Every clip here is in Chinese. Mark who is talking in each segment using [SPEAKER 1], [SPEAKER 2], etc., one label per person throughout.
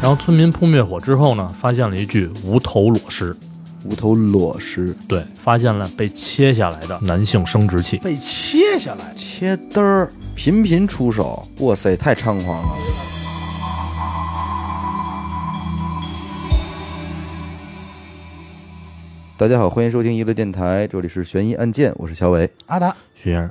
[SPEAKER 1] 然后村民扑灭火之后呢，发现了一具无头裸尸，
[SPEAKER 2] 无头裸尸，
[SPEAKER 1] 对，发现了被切下来的男性生殖器。
[SPEAKER 3] 被切下来，
[SPEAKER 2] 切嘚儿，频频出手，哇塞，太猖狂了！大家好，欢迎收听娱乐电台，这里是悬疑案件，我是小伟。
[SPEAKER 3] 阿达，
[SPEAKER 1] 徐先生，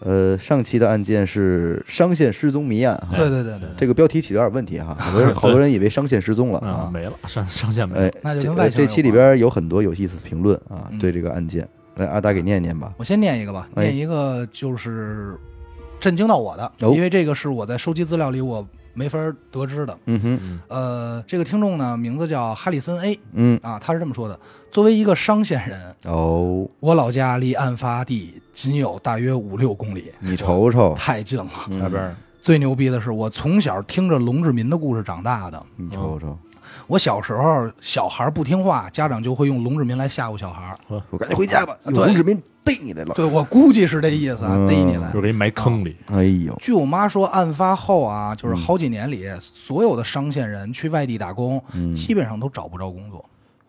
[SPEAKER 2] 呃，上期的案件是商县失踪谜案哈，
[SPEAKER 3] 对对对对，
[SPEAKER 2] 这个标题起的有点问题 哈，好多人好多人以为商县失踪了
[SPEAKER 1] 啊，
[SPEAKER 2] 啊。
[SPEAKER 1] 没了， 上上线没了。
[SPEAKER 2] 哎，
[SPEAKER 3] 那就
[SPEAKER 2] 这
[SPEAKER 3] 跟外
[SPEAKER 2] 呃
[SPEAKER 3] 星
[SPEAKER 2] 这
[SPEAKER 3] 人
[SPEAKER 2] 期
[SPEAKER 3] 有
[SPEAKER 2] 里
[SPEAKER 3] 关
[SPEAKER 2] 边有很多有意思的评论啊，
[SPEAKER 3] 嗯
[SPEAKER 2] 对这个案件，来阿达给念念吧。
[SPEAKER 3] 我先念一个吧，
[SPEAKER 2] 哎
[SPEAKER 3] 念一个就是震惊到我的，
[SPEAKER 2] 哦
[SPEAKER 3] 因为这个是我在收集资料里我没法得知的。
[SPEAKER 2] 嗯哼，
[SPEAKER 3] 呃，这个听众呢，名字叫哈里森 A
[SPEAKER 2] 嗯，
[SPEAKER 3] 啊，他是这么说的：作为一个商县人，
[SPEAKER 2] 哦，
[SPEAKER 3] 我老家离案发地仅有大约五六公里，
[SPEAKER 2] 你瞅瞅，
[SPEAKER 3] 太近了。
[SPEAKER 2] 嗯
[SPEAKER 1] 那边
[SPEAKER 3] 最牛逼的是，我从小听着龙志民的故事长大的。
[SPEAKER 2] 你瞅瞅，
[SPEAKER 3] 我小时候小孩不听话，家长就会用龙志民来吓唬小孩。
[SPEAKER 2] 我赶紧回家吧，有
[SPEAKER 3] 对
[SPEAKER 2] 龙志民逮你来了。
[SPEAKER 3] 对我估计是这意思啊，
[SPEAKER 2] 嗯
[SPEAKER 3] 逮你来
[SPEAKER 1] 就。给你埋坑里，
[SPEAKER 2] 哎呦，
[SPEAKER 3] 据我妈说，案发后啊，就是
[SPEAKER 2] 嗯
[SPEAKER 3] 好几年里，所有的商县人去外地打工，
[SPEAKER 2] 嗯
[SPEAKER 3] 基本上都找不着工作。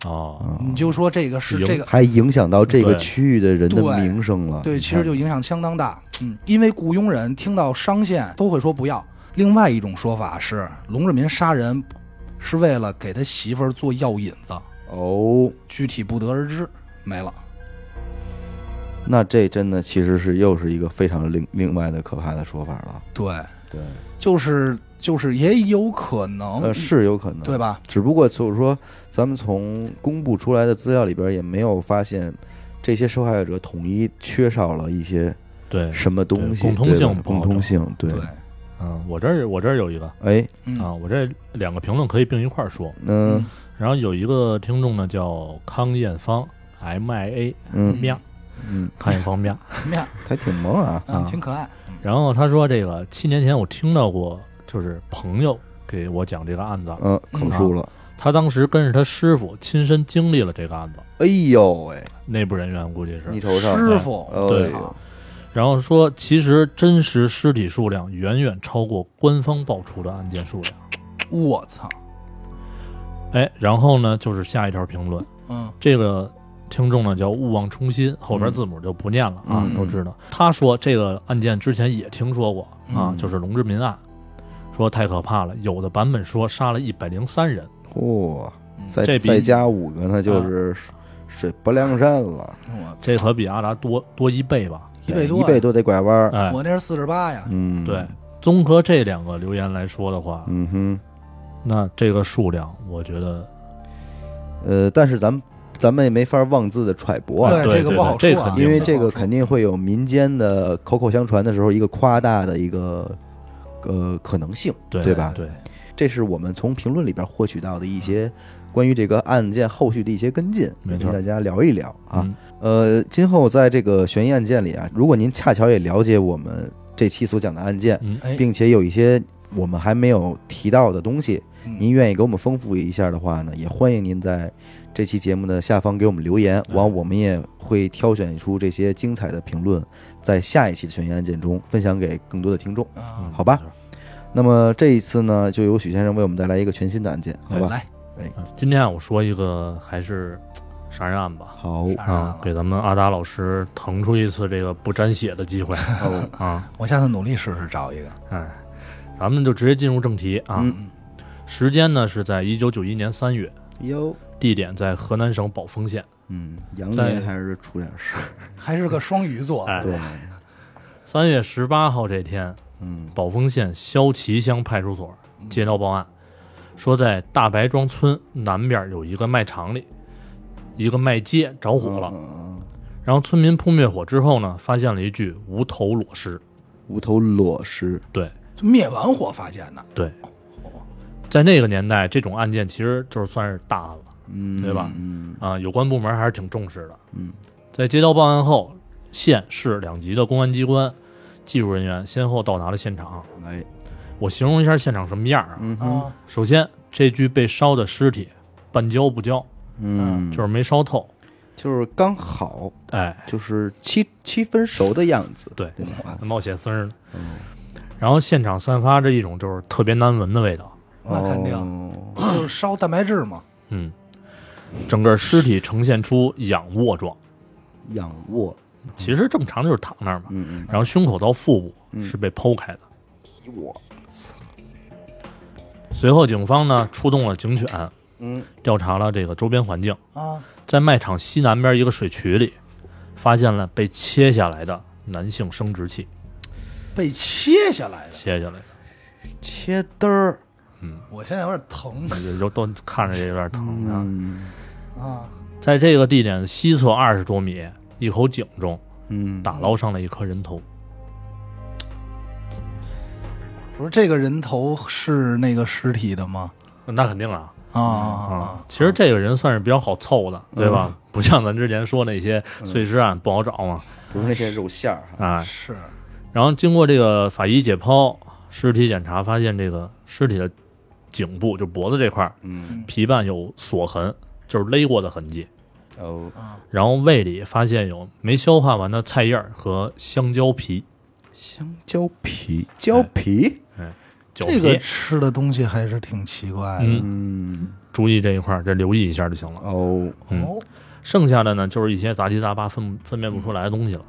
[SPEAKER 1] 哦，
[SPEAKER 3] 你就说这个是
[SPEAKER 1] 有
[SPEAKER 3] 这个，
[SPEAKER 2] 还影响到这个
[SPEAKER 1] 对
[SPEAKER 2] 区域的人的
[SPEAKER 3] 对
[SPEAKER 2] 名声了。
[SPEAKER 3] 对，
[SPEAKER 2] 你
[SPEAKER 3] 其
[SPEAKER 2] 看
[SPEAKER 3] 实就影响相当大。嗯，因为雇佣人听到商县都会说不要。另外一种说法是，龙志民杀人是为了给他媳妇儿做药引子，
[SPEAKER 2] 哦，
[SPEAKER 3] 具体不得而知。没了，
[SPEAKER 2] 那这真的其实是又是一个非常另另外的可怕的说法了。
[SPEAKER 3] 对，
[SPEAKER 2] 对，
[SPEAKER 3] 就是就是也有可能，
[SPEAKER 2] 呃，是有可能，
[SPEAKER 3] 嗯对？吧？
[SPEAKER 2] 只不过就是说，咱们从公布出来的资料里边也没有发现这些受害者统一缺少了一些
[SPEAKER 1] 对，
[SPEAKER 2] 什么东西，
[SPEAKER 1] 对共通
[SPEAKER 2] 对吧
[SPEAKER 1] 性不好
[SPEAKER 2] 共通性，对
[SPEAKER 3] 对，
[SPEAKER 1] 嗯，我这儿我这儿有一个
[SPEAKER 2] 哎，
[SPEAKER 3] 嗯，
[SPEAKER 1] 啊，我这两个评论可以并一块儿说。
[SPEAKER 2] 嗯
[SPEAKER 1] 然后有一个听众呢叫康艳芳，M I A
[SPEAKER 2] 嗯
[SPEAKER 1] 喵，
[SPEAKER 2] 嗯，
[SPEAKER 1] 康艳芳 喵。
[SPEAKER 3] 面，
[SPEAKER 2] 还挺萌啊，
[SPEAKER 3] 嗯，
[SPEAKER 1] 啊
[SPEAKER 3] 挺可爱。
[SPEAKER 1] 然后他说这个七年前我听到过，就是朋友给我讲这个案子，
[SPEAKER 2] 嗯，口述了，
[SPEAKER 1] 他当时跟着他师傅亲身经历了这个案子，
[SPEAKER 2] 哎呦喂，
[SPEAKER 1] 内部人员估计
[SPEAKER 2] 你
[SPEAKER 1] 是。
[SPEAKER 2] 瞅瞅，
[SPEAKER 3] 师傅，
[SPEAKER 2] 哎
[SPEAKER 1] 对
[SPEAKER 2] 呦，
[SPEAKER 1] 然后说，其实真实尸体数量远远超过官方爆出的案件数量。
[SPEAKER 3] 我操，
[SPEAKER 1] 哎，然后呢，就是下一条评论，
[SPEAKER 3] 嗯
[SPEAKER 1] 这个听众呢叫勿忘初心，后边
[SPEAKER 2] 嗯
[SPEAKER 1] 字母就不念了啊，
[SPEAKER 2] 嗯
[SPEAKER 1] 都知道。他说这个案件之前也听说过啊
[SPEAKER 2] 嗯，
[SPEAKER 1] 就是龙之民案，说太可怕了。有的版本说杀了一百零三人，
[SPEAKER 2] 嚯，
[SPEAKER 3] 嗯
[SPEAKER 2] 再
[SPEAKER 1] 这比
[SPEAKER 2] 再加五个那就是水泊梁山了，
[SPEAKER 3] 我
[SPEAKER 1] 这可比阿达多多一倍吧？
[SPEAKER 3] 一倍多啊
[SPEAKER 2] 一
[SPEAKER 3] 呀，
[SPEAKER 2] 倍多得拐弯儿，
[SPEAKER 1] 哎，
[SPEAKER 3] 我那是四十八呀，
[SPEAKER 2] 嗯，
[SPEAKER 1] 对。，综合这两个留言来说的话，
[SPEAKER 2] 嗯哼。
[SPEAKER 1] 那这个数量，我觉得
[SPEAKER 2] 呃，但是咱们咱们也没法妄自的揣摩啊，
[SPEAKER 3] 对
[SPEAKER 1] 对
[SPEAKER 3] 这个
[SPEAKER 1] 对
[SPEAKER 3] 不好
[SPEAKER 1] 对
[SPEAKER 3] 说啊
[SPEAKER 1] 这肯，定
[SPEAKER 2] 因为
[SPEAKER 1] 不
[SPEAKER 2] 这个肯定会有民间的口口相传的时候一个夸大的一个呃可能性，
[SPEAKER 1] 对
[SPEAKER 2] 对吧
[SPEAKER 1] 对，
[SPEAKER 2] 这是我们从评论里边获取到的一些关于这个案件后续的一些跟进，
[SPEAKER 1] 没
[SPEAKER 2] 跟
[SPEAKER 1] 错
[SPEAKER 2] 大家聊一聊啊。
[SPEAKER 1] 嗯
[SPEAKER 2] 呃，今后在这个悬疑案件里啊，如果您恰巧也了解我们这期所讲的案件，
[SPEAKER 1] 嗯，
[SPEAKER 3] 哎，
[SPEAKER 2] 并且有一些我们还没有提到的东西，
[SPEAKER 3] 嗯
[SPEAKER 2] 您愿意给我们丰富一下的话呢，也欢迎您在这期节目的下方给我们留言，
[SPEAKER 1] 对
[SPEAKER 2] 完我们也会挑选出这些精彩的评论，在下一期的悬疑案件中分享给更多的听众。
[SPEAKER 3] 啊
[SPEAKER 2] 好吧，那么这一次呢，就由许先生为我们带来一个全新的案件，好吧？
[SPEAKER 3] 来，
[SPEAKER 1] 嗯今天啊我说一个还是嘖杀人案吧，
[SPEAKER 2] 好，
[SPEAKER 3] 杀人案
[SPEAKER 1] 啊
[SPEAKER 3] 了，
[SPEAKER 1] 给咱们阿达老师腾出一次这个不沾血的机 会
[SPEAKER 2] 哦
[SPEAKER 1] 啊！
[SPEAKER 3] 我下次努力试试找一个。
[SPEAKER 1] 哎，咱们就直接进入正题啊。
[SPEAKER 2] 嗯
[SPEAKER 3] 嗯，
[SPEAKER 1] 时间呢是在一九九一年三月，
[SPEAKER 2] 哟，
[SPEAKER 1] 地点在河南省宝丰县。
[SPEAKER 2] 嗯，羊
[SPEAKER 1] 在
[SPEAKER 2] 年还是出点事，
[SPEAKER 3] 还是个双鱼座，
[SPEAKER 1] 哎，
[SPEAKER 2] 对，
[SPEAKER 1] 三月十八号这天，
[SPEAKER 2] 嗯，
[SPEAKER 1] 宝丰县肖旗乡派出所接到报案，说在大白庄村南边有一个卖场里，一个卖街着火了。
[SPEAKER 2] 嗯，
[SPEAKER 1] 然后村民扑灭火之后呢，发现了一具无头裸尸。
[SPEAKER 2] 无头裸尸，
[SPEAKER 1] 对，
[SPEAKER 3] 就灭完火发现的，
[SPEAKER 1] 对，在那个年代，这种案件其实就是算是大案了
[SPEAKER 2] 嗯，
[SPEAKER 1] 对吧
[SPEAKER 2] 嗯
[SPEAKER 1] 啊、有关部门还是挺重视的。
[SPEAKER 2] 嗯，
[SPEAKER 1] 在接到报案后，县市两级的公安机关技术人员先后到达了现场。
[SPEAKER 2] 哎，
[SPEAKER 1] 我形容一下现场什么样啊？
[SPEAKER 2] 嗯哼，
[SPEAKER 3] 啊，
[SPEAKER 1] 首先，这具被烧的尸体半焦不焦，
[SPEAKER 2] 嗯，
[SPEAKER 1] 就是没烧透。
[SPEAKER 2] 就是刚好
[SPEAKER 1] 哎，
[SPEAKER 2] 就是七七分熟的样子。
[SPEAKER 1] 对
[SPEAKER 2] 对吧？
[SPEAKER 1] 冒血丝儿呢。然后现场散发着一种就是特别难闻的味道，
[SPEAKER 3] 那肯定
[SPEAKER 2] 哦
[SPEAKER 3] 就是烧蛋白质嘛。
[SPEAKER 1] 嗯，整个尸体呈现出仰卧状，
[SPEAKER 2] 仰卧，
[SPEAKER 1] 其实正常就是躺那儿嘛。
[SPEAKER 2] 嗯
[SPEAKER 1] 然后胸口到腹部
[SPEAKER 2] 嗯
[SPEAKER 1] 是被剖开的。
[SPEAKER 2] 嗯，我，
[SPEAKER 1] 随后，警方呢出动了警犬，
[SPEAKER 2] 嗯
[SPEAKER 1] 调查了这个周边环境，
[SPEAKER 3] 啊，
[SPEAKER 1] 在卖场西南边一个水渠里，发现了被切下来的男性生殖器，
[SPEAKER 3] 被切下来的，
[SPEAKER 1] 切下来的，
[SPEAKER 2] 切嘚儿，
[SPEAKER 3] 我现在有点疼
[SPEAKER 1] 也就都看着也有点疼啊。
[SPEAKER 2] 嗯
[SPEAKER 3] 啊。
[SPEAKER 1] 在这个地点西侧二十多米，一口井中
[SPEAKER 2] 嗯，
[SPEAKER 1] 打捞上了一颗人头，
[SPEAKER 3] 不是这个人头是那个尸体的吗？
[SPEAKER 1] 那肯定啊
[SPEAKER 3] 啊
[SPEAKER 1] 啊
[SPEAKER 3] 啊！
[SPEAKER 1] 其实这个人算是比较好凑的，对吧？
[SPEAKER 3] 嗯
[SPEAKER 1] 不像咱之前说那些碎尸案不好找嘛
[SPEAKER 2] 不是那些肉馅儿哈，
[SPEAKER 1] 啊
[SPEAKER 3] 啊！。是
[SPEAKER 1] 然后经过这个法医解剖、尸体检查，发现这个尸体的颈部就脖子这块儿
[SPEAKER 2] 嗯
[SPEAKER 1] 皮瓣有锁痕，就是勒过的痕迹。
[SPEAKER 2] 哦，
[SPEAKER 1] 然后胃里发现有没消化完的菜叶儿和香蕉皮，
[SPEAKER 2] 香蕉皮，蕉皮，
[SPEAKER 1] 脚皮
[SPEAKER 3] 这个吃的东西还是挺奇怪的。
[SPEAKER 1] 嗯，
[SPEAKER 2] 嗯
[SPEAKER 1] 注意这一块儿，这留意一下就行了。
[SPEAKER 2] 哦，
[SPEAKER 1] 嗯
[SPEAKER 3] 哦，
[SPEAKER 1] 剩下的呢，就是一些杂七杂八分分辨不出来的东西了。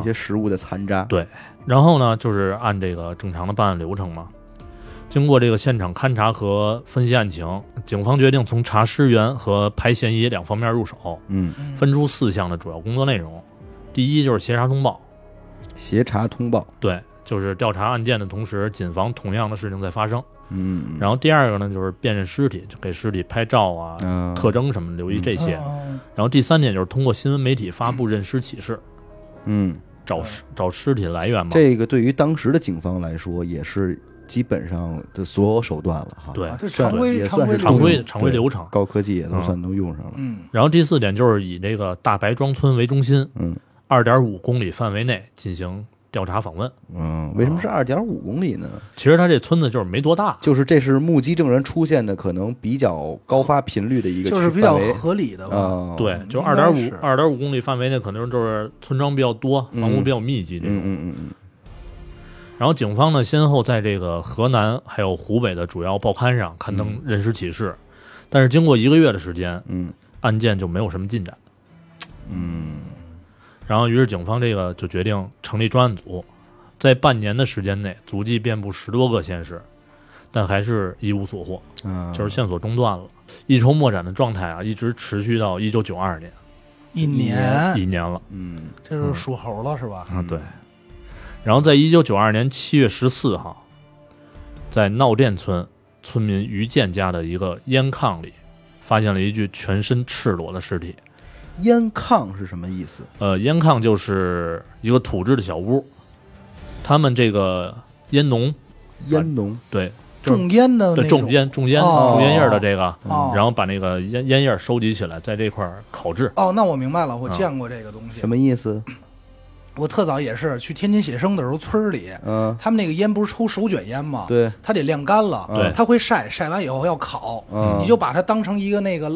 [SPEAKER 2] 一些食物的残渣，
[SPEAKER 1] 对然后呢，就是按这个正常的办案流程嘛。经过这个现场勘查和分析案情，警方决定从查尸源和排嫌疑两方面入手，
[SPEAKER 2] 嗯，
[SPEAKER 3] 嗯
[SPEAKER 1] 分出四项的主要工作内容。第一就是协查通报，
[SPEAKER 2] 协查通报，
[SPEAKER 1] 对，就是调查案件的同时，谨防同样的事情在发生。
[SPEAKER 2] 嗯，
[SPEAKER 1] 然后第二个呢，就是辨认尸体，就给尸体拍照啊、
[SPEAKER 2] 嗯，
[SPEAKER 1] 特征什么的，留意这些。
[SPEAKER 3] 嗯
[SPEAKER 1] 然后第三点就是通过新闻媒体发布认尸启事，
[SPEAKER 2] 嗯，
[SPEAKER 1] 找尸找尸体来源嘛。
[SPEAKER 2] 这个对于当时的警方来说也是基本上的所有手段了哈，
[SPEAKER 1] 对
[SPEAKER 3] 啊，这
[SPEAKER 2] 算
[SPEAKER 3] 常规
[SPEAKER 2] 也算是
[SPEAKER 1] 常规
[SPEAKER 2] 对
[SPEAKER 1] 常规流程。嗯
[SPEAKER 2] 高科技也都算都用上了，
[SPEAKER 3] 嗯
[SPEAKER 1] 然后第四点就是以这个大白庄村为中心，
[SPEAKER 2] 嗯
[SPEAKER 1] 二点五公里范围内进行调查访问。
[SPEAKER 2] 嗯，为什么是二点五公里呢？
[SPEAKER 1] 其实它这村子就是没多大，
[SPEAKER 2] 就是这是目击证人出现的可能比较高发频率的一个
[SPEAKER 3] 就是
[SPEAKER 2] 区
[SPEAKER 3] 比较
[SPEAKER 2] 范围
[SPEAKER 3] 合理的吧。
[SPEAKER 2] 啊，
[SPEAKER 1] 对，就
[SPEAKER 3] 哦应
[SPEAKER 1] 二点
[SPEAKER 3] 该
[SPEAKER 1] 五
[SPEAKER 3] 是
[SPEAKER 1] 二点五公里范围内，可能就是村庄比较多，房屋比较密集这种。
[SPEAKER 2] 嗯嗯嗯嗯，
[SPEAKER 1] 然后警方呢，先后在这个河南还有湖北的主要报刊上刊登认尸启事，但是经过一个月的时间，
[SPEAKER 2] 嗯，
[SPEAKER 1] 案件就没有什么进展。
[SPEAKER 2] 嗯，
[SPEAKER 1] 然后，于是警方这个就决定成立专案组，在半年的时间内，足迹遍布十多个县市，但还是一无所获，
[SPEAKER 2] 啊
[SPEAKER 1] 就是线索中断了，一筹莫展的状态啊，一直持续到一九九二年，
[SPEAKER 3] 一年，
[SPEAKER 1] 一年了
[SPEAKER 2] 嗯
[SPEAKER 3] 这就是属猴了是吧？
[SPEAKER 1] 啊，对。然后，在一九九二年七月十四号，在闹店村村民于建家的一个烟炕里，发现了一具全身赤裸的尸体。
[SPEAKER 2] 烟炕是什么意思？
[SPEAKER 1] 呃，烟炕就是一个土制的小屋，他们这个烟农啊
[SPEAKER 2] 烟农
[SPEAKER 1] 对就是
[SPEAKER 3] 种烟的那
[SPEAKER 1] 对
[SPEAKER 3] 种
[SPEAKER 1] 种烟种烟
[SPEAKER 3] 哦
[SPEAKER 1] 种烟叶儿的这个，
[SPEAKER 3] 哦
[SPEAKER 1] 然后把那个烟烟叶儿收集起来，在这块儿烤制。
[SPEAKER 3] 哦，那我明白了，我
[SPEAKER 1] 啊
[SPEAKER 3] 见过这个东西
[SPEAKER 2] 什。么意思？嗯
[SPEAKER 3] 我特早也是去天津写生的时候，村儿里
[SPEAKER 2] 嗯，
[SPEAKER 3] 他们那个烟不是抽手卷烟吗？，
[SPEAKER 2] 对，
[SPEAKER 3] 它得晾干了，
[SPEAKER 1] 对
[SPEAKER 3] 它会晒，晒完以后要烤，
[SPEAKER 2] 嗯
[SPEAKER 3] 你就把它当成一个那个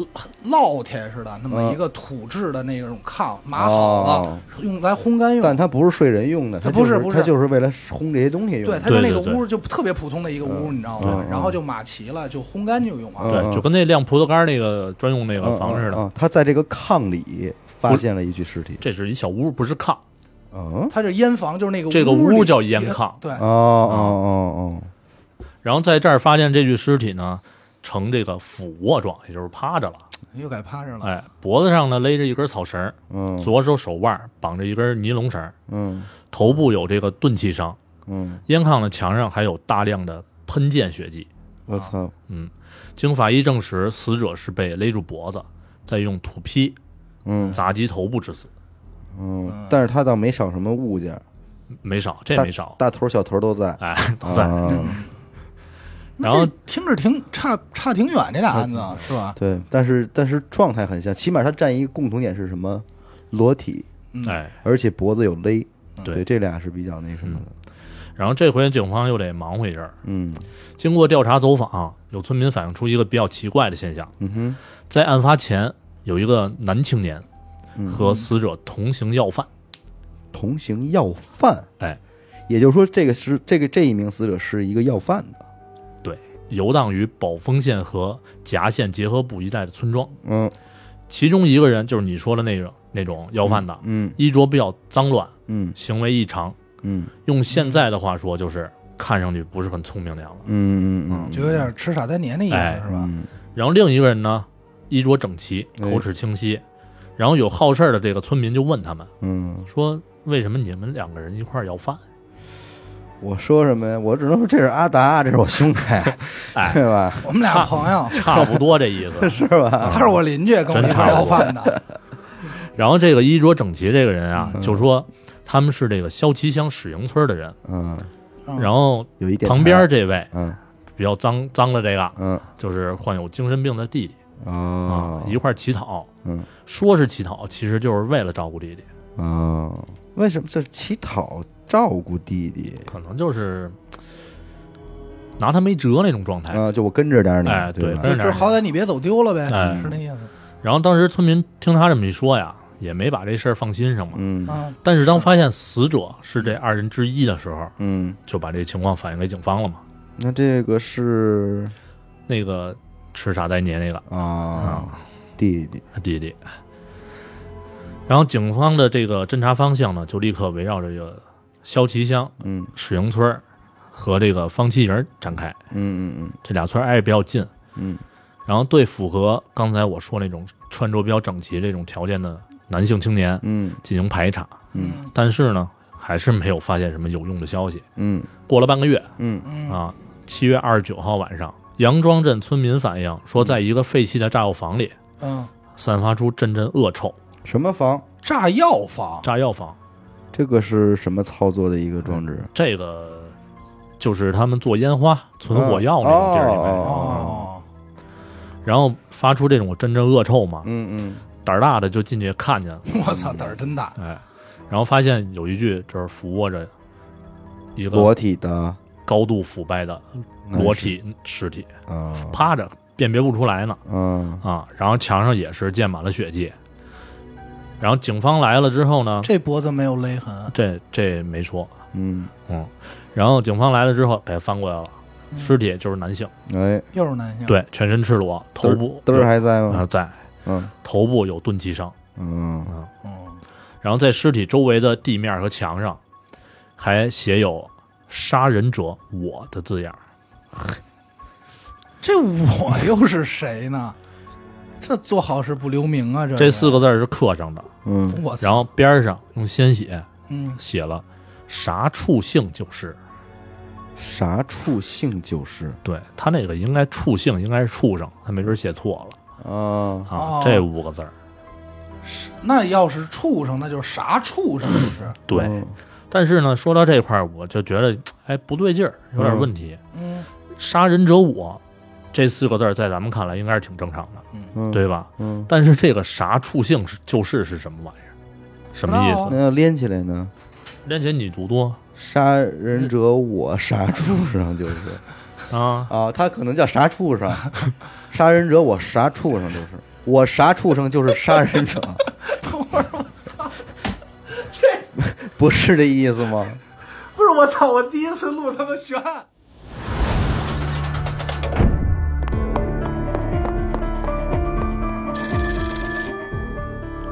[SPEAKER 3] 烙铁似的，那么
[SPEAKER 2] 嗯
[SPEAKER 3] 一个土制的那种炕码好了
[SPEAKER 2] 哦，
[SPEAKER 3] 用来烘干
[SPEAKER 2] 但
[SPEAKER 3] 用。
[SPEAKER 2] 它不是睡人用的，它
[SPEAKER 3] 啊不
[SPEAKER 2] 就是是
[SPEAKER 3] 不是
[SPEAKER 2] 它就是为了烘这些东西用
[SPEAKER 3] 对，
[SPEAKER 2] 的。嗯
[SPEAKER 3] 它就那个
[SPEAKER 1] 对对对嗯
[SPEAKER 3] 屋就特别普通的一个屋，你知道吗？然后就码齐了，就烘干就用啊。
[SPEAKER 1] 对，
[SPEAKER 2] 嗯
[SPEAKER 1] 就跟那晾葡萄干儿那个专用那
[SPEAKER 2] 嗯
[SPEAKER 1] 个房似的，
[SPEAKER 2] 嗯嗯它在这个炕里发现了一具尸体。
[SPEAKER 1] 这是一小屋，不是炕。
[SPEAKER 2] 嗯，
[SPEAKER 3] 它这烟房就是那个
[SPEAKER 1] 这个
[SPEAKER 3] 屋
[SPEAKER 1] 屋
[SPEAKER 3] 里
[SPEAKER 1] 叫烟炕嗯
[SPEAKER 3] 对
[SPEAKER 2] 哦，
[SPEAKER 1] 啊
[SPEAKER 2] 哦哦
[SPEAKER 1] 然后在这儿发现这具尸体呢，呈这个俯卧状，也就是趴着了。
[SPEAKER 3] 又改趴着了。
[SPEAKER 1] 哎，脖子上呢勒着一根草绳儿，
[SPEAKER 2] 哦，嗯
[SPEAKER 1] 左手手腕儿绑着一根尼龙绳儿，
[SPEAKER 2] 嗯
[SPEAKER 1] 头部有这个钝器伤。
[SPEAKER 2] 嗯，
[SPEAKER 1] 烟炕的墙上还有大量的喷溅血迹。
[SPEAKER 2] 我操，
[SPEAKER 1] 嗯，经法医证实，死者是被勒住脖子，再用土坯
[SPEAKER 2] 嗯
[SPEAKER 1] 砸击头部致死，
[SPEAKER 2] 嗯，但是他倒没少什么物件，
[SPEAKER 1] 没少，这
[SPEAKER 2] 大
[SPEAKER 1] 没少。
[SPEAKER 2] 大头小头 都在。
[SPEAKER 1] 哎，都在。
[SPEAKER 2] 啊，
[SPEAKER 1] 然后嗯
[SPEAKER 3] 那这听着挺差差挺远，这俩案子是吧？
[SPEAKER 2] 对，但是但是状态很像，起码它占一个共同点是什么？裸体，
[SPEAKER 3] 嗯
[SPEAKER 1] 哎，
[SPEAKER 2] 而且脖子有勒，
[SPEAKER 1] 对
[SPEAKER 2] 对，这俩是比较那什么的。
[SPEAKER 1] 然后这回警方又得忙活一阵儿。
[SPEAKER 2] 嗯
[SPEAKER 1] 经过调查走访，有村民反映出一个比较奇怪的现象：
[SPEAKER 2] 嗯哼，
[SPEAKER 1] 在案发前，有一个男青年
[SPEAKER 2] 嗯
[SPEAKER 1] 和死者同行要饭。
[SPEAKER 2] 同行要饭，
[SPEAKER 1] 哎，
[SPEAKER 2] 也就是说，这个是这个这一名死者是一个要饭的，
[SPEAKER 1] 对，游荡于宝丰县和夹县结合部一带的村庄，
[SPEAKER 2] 嗯
[SPEAKER 1] 其中一个人就是你说的那个那种要饭的，
[SPEAKER 2] 嗯
[SPEAKER 1] 衣着比较脏乱，
[SPEAKER 2] 嗯
[SPEAKER 1] 行为异常，
[SPEAKER 2] 嗯
[SPEAKER 1] 用现在的话说就是看上去不是很聪明的样子。
[SPEAKER 2] 嗯嗯，
[SPEAKER 3] 就有点吃傻呆年那意思、
[SPEAKER 1] 哎
[SPEAKER 3] 是吧？？
[SPEAKER 1] 然后另一个人呢，衣着整齐，
[SPEAKER 2] 哎
[SPEAKER 1] 口齿清晰。然后有好事儿的这个村民就问他们
[SPEAKER 2] 嗯，
[SPEAKER 1] 说：“为什么你们两个人一块儿要饭
[SPEAKER 2] 我说什么呀？我只能说这是阿达，这是我兄弟， 对吧？
[SPEAKER 3] 我们俩朋友，？”
[SPEAKER 1] 差嗯不多这意思。
[SPEAKER 2] 是吧？
[SPEAKER 3] 他是我邻居，跟我一块儿要 饭的。
[SPEAKER 1] 然后这个衣着整齐这个人啊，
[SPEAKER 2] 嗯
[SPEAKER 1] 就说他们是这个肖旗乡史营村的人。
[SPEAKER 2] 嗯，
[SPEAKER 3] 嗯
[SPEAKER 1] 然后
[SPEAKER 2] 有一点
[SPEAKER 1] 旁边，这位
[SPEAKER 2] 嗯
[SPEAKER 1] 比较脏脏的这个，啊
[SPEAKER 2] 嗯
[SPEAKER 1] 就是患有精神病的弟弟啊
[SPEAKER 2] 哦，，
[SPEAKER 1] 一块儿乞讨。
[SPEAKER 2] 嗯
[SPEAKER 1] 说是乞讨，其实就是为了照顾弟弟，啊
[SPEAKER 2] 哦，为什么这乞讨照顾弟弟
[SPEAKER 1] 可能就是拿他没辙那种状态。
[SPEAKER 2] 啊？就我跟着点你，
[SPEAKER 1] 哎对
[SPEAKER 2] 吧？
[SPEAKER 1] 跟着
[SPEAKER 3] 这好歹你别走丢了呗，
[SPEAKER 1] 哎
[SPEAKER 3] 是那意思。
[SPEAKER 1] 然后当时村民听他这么一说呀，也没把这事儿放心上嘛。
[SPEAKER 2] 嗯
[SPEAKER 3] 啊，
[SPEAKER 1] 但是当发现死者是这二人之一的时候，
[SPEAKER 2] 嗯，
[SPEAKER 1] 就把这情况反映给警方了嘛。
[SPEAKER 2] 那这个是
[SPEAKER 1] 那个吃傻呆年那个
[SPEAKER 2] 啊，弟弟，
[SPEAKER 1] 弟弟，然后警方的这个侦查方向呢，就立刻围绕着这个肖旗乡
[SPEAKER 2] 嗯
[SPEAKER 1] 史营村儿和这个方七营展开。
[SPEAKER 2] 嗯嗯
[SPEAKER 1] 这俩村儿挨得比较近，
[SPEAKER 2] 嗯
[SPEAKER 1] 然后对符合刚才我说那种穿着比较整齐这种条件的男性青年
[SPEAKER 2] 嗯
[SPEAKER 1] 进行排查。
[SPEAKER 2] 嗯
[SPEAKER 1] 但是呢，还是没有发现什么有用的消息。
[SPEAKER 2] 嗯
[SPEAKER 1] 过了半个月
[SPEAKER 2] 嗯
[SPEAKER 3] 嗯
[SPEAKER 1] 啊，七月二十九号晚上，杨庄镇村民反映说，在一个废弃的炸药房里
[SPEAKER 3] 嗯，
[SPEAKER 1] 散发出阵阵恶臭，
[SPEAKER 2] 什么房？
[SPEAKER 3] 炸药房
[SPEAKER 1] 炸药房
[SPEAKER 2] 这个是什么操作的一个装置？
[SPEAKER 1] 这个。就是他们做烟花、存火药那种地儿里面，
[SPEAKER 2] 哦
[SPEAKER 3] 哦，
[SPEAKER 1] 然后发出这种阵阵恶臭嘛，
[SPEAKER 2] 嗯嗯
[SPEAKER 1] 胆儿大的就进去看见了，
[SPEAKER 3] 我操，胆儿真大。
[SPEAKER 1] 哎，然后发现有一具就是俯卧着一
[SPEAKER 2] 裸
[SPEAKER 1] 个
[SPEAKER 2] 体的
[SPEAKER 1] 高度腐败的裸体尸体，
[SPEAKER 2] 啊，
[SPEAKER 1] 趴着辨别不出来呢，
[SPEAKER 2] 嗯
[SPEAKER 1] 啊，然后墙上也是溅满了血迹。然后警方来了之后呢，
[SPEAKER 3] 这脖子没有勒痕，
[SPEAKER 1] 这这没说，
[SPEAKER 2] 嗯，
[SPEAKER 1] 嗯。然后警方来了之后，给他翻过来了，
[SPEAKER 2] 嗯
[SPEAKER 1] 尸体就是男性，
[SPEAKER 2] 哎，
[SPEAKER 3] 又是男性。，
[SPEAKER 1] 对，全身赤裸，头部
[SPEAKER 2] 嘚儿
[SPEAKER 1] 有
[SPEAKER 2] 还在
[SPEAKER 1] 啊
[SPEAKER 2] 吗？
[SPEAKER 1] 在，
[SPEAKER 2] 嗯
[SPEAKER 1] 头部有钝器伤，
[SPEAKER 2] 嗯
[SPEAKER 3] 嗯，
[SPEAKER 1] 然后在尸体周围的地面和墙上还写有“杀人者我”的字样，
[SPEAKER 3] 这我又是谁呢？ 这做好事不留名啊！这
[SPEAKER 1] 这
[SPEAKER 3] 这
[SPEAKER 1] 四个字儿是刻上的，
[SPEAKER 2] 嗯
[SPEAKER 3] 我操，
[SPEAKER 1] 然后边上用鲜血
[SPEAKER 3] 嗯，
[SPEAKER 1] 写了“啥畜性就是”。
[SPEAKER 2] 啥畜性就是
[SPEAKER 1] 对他那个应该畜性应该是畜生，他没准写错了
[SPEAKER 2] 啊，
[SPEAKER 1] 啊，
[SPEAKER 3] 哦
[SPEAKER 1] 这五个字儿。
[SPEAKER 3] 那要是畜生，那就是啥畜生啊 就是。
[SPEAKER 1] 对，
[SPEAKER 2] 嗯
[SPEAKER 1] 但是呢，说到这块儿，我就觉得哎不对劲儿，有点问题。
[SPEAKER 3] 嗯
[SPEAKER 1] 杀人者我这四个字儿在咱们看来应该是挺正常的，
[SPEAKER 2] 嗯，
[SPEAKER 1] 对吧？
[SPEAKER 2] 嗯，
[SPEAKER 1] 但是这个啥畜性是就是是什么玩意儿？什么意
[SPEAKER 3] 不啊
[SPEAKER 1] 思？
[SPEAKER 2] 那要连起来呢？
[SPEAKER 1] 连姐你读多
[SPEAKER 2] 杀人者我杀畜生就是
[SPEAKER 1] 啊？
[SPEAKER 2] 啊，他可能叫啥畜生，杀人者我啥畜生就是我啥畜生就是杀人 者， 不是这意思吗？
[SPEAKER 3] 不是我操！我第一次录他妈悬案。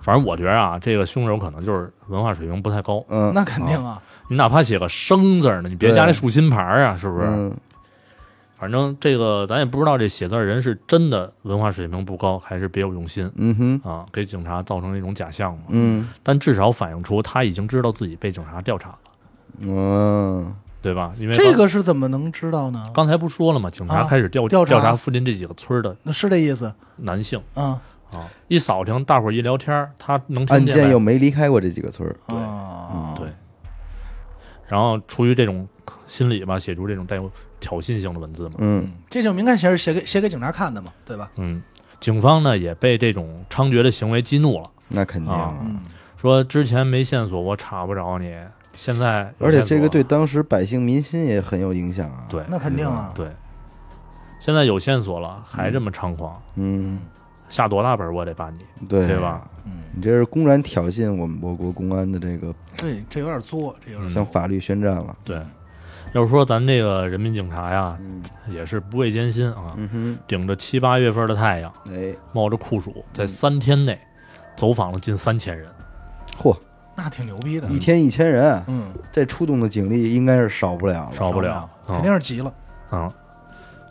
[SPEAKER 1] 反正我觉得啊，这个凶手可能就是文化水平不太高。
[SPEAKER 2] 嗯，
[SPEAKER 3] 那肯定啊，
[SPEAKER 1] 你哪怕写个生字儿呢，你别加那
[SPEAKER 2] 对
[SPEAKER 1] 竖心牌儿啊，是不是？
[SPEAKER 2] 嗯
[SPEAKER 1] 反正这个咱也不知道这写字儿人是真的文化水平不高，还是别有用心
[SPEAKER 2] 嗯哼，
[SPEAKER 1] 啊，给警察造成一种假象嘛。
[SPEAKER 2] 嗯
[SPEAKER 1] 但至少反映出他已经知道自己被警察调查了，
[SPEAKER 2] 嗯
[SPEAKER 1] 对吧？因为
[SPEAKER 3] 这
[SPEAKER 1] 刚
[SPEAKER 3] 个是怎么能知道呢？
[SPEAKER 1] 刚才不说了吗？警察
[SPEAKER 3] 啊
[SPEAKER 1] 开始调、
[SPEAKER 3] 调查
[SPEAKER 1] 调查附近这几个村儿的
[SPEAKER 3] 那是这意思。
[SPEAKER 1] 男性
[SPEAKER 3] 嗯，
[SPEAKER 1] 啊，一扫听，大伙儿一聊天儿，他能听
[SPEAKER 2] 案
[SPEAKER 1] 见
[SPEAKER 2] 件
[SPEAKER 1] 呗
[SPEAKER 3] 嗯
[SPEAKER 2] 又没离开过这几个村儿，
[SPEAKER 3] 对，
[SPEAKER 1] 对。然后出于这种心理吧，写出这种带有挑衅性的文字嘛。
[SPEAKER 2] 嗯，
[SPEAKER 3] 嗯，这就明显是写给写给警察看的嘛，对吧？
[SPEAKER 1] 嗯，警方呢也被这种猖獗的行为激怒了，
[SPEAKER 2] 那肯定。
[SPEAKER 1] 啊
[SPEAKER 3] 嗯，
[SPEAKER 1] 说之前没线索，我查不着你，现在有
[SPEAKER 2] 而
[SPEAKER 1] 线
[SPEAKER 2] 且
[SPEAKER 1] 索
[SPEAKER 2] 这个
[SPEAKER 1] 了
[SPEAKER 2] 对当时百姓民心也很有影响啊。，
[SPEAKER 1] 对
[SPEAKER 3] 那肯定啊，
[SPEAKER 1] 对，现在有线索了，还这么猖狂，
[SPEAKER 2] 嗯，
[SPEAKER 1] 下多大本儿我得把你。
[SPEAKER 2] 对，
[SPEAKER 1] 对吧？
[SPEAKER 3] 嗯，
[SPEAKER 2] 你这是公然挑衅我们我国公安的这个
[SPEAKER 3] 这这有点作，这有点
[SPEAKER 1] 嗯
[SPEAKER 2] 向法律宣战了。
[SPEAKER 1] 对，要是说咱这个人民警察呀，
[SPEAKER 2] 嗯
[SPEAKER 1] 也是不畏艰辛啊，
[SPEAKER 2] 嗯哼，
[SPEAKER 1] 顶着七八月份的太阳，
[SPEAKER 2] 哎，
[SPEAKER 1] 冒着酷暑，
[SPEAKER 2] 嗯
[SPEAKER 1] 在三天内走访了近三千人。
[SPEAKER 2] 嚯，
[SPEAKER 3] 那挺牛逼的，
[SPEAKER 2] 一天一千人，
[SPEAKER 3] 嗯，
[SPEAKER 2] 这出动的警力应该是少不了了。
[SPEAKER 1] 少不了嗯
[SPEAKER 3] 肯定是急了，
[SPEAKER 1] 啊、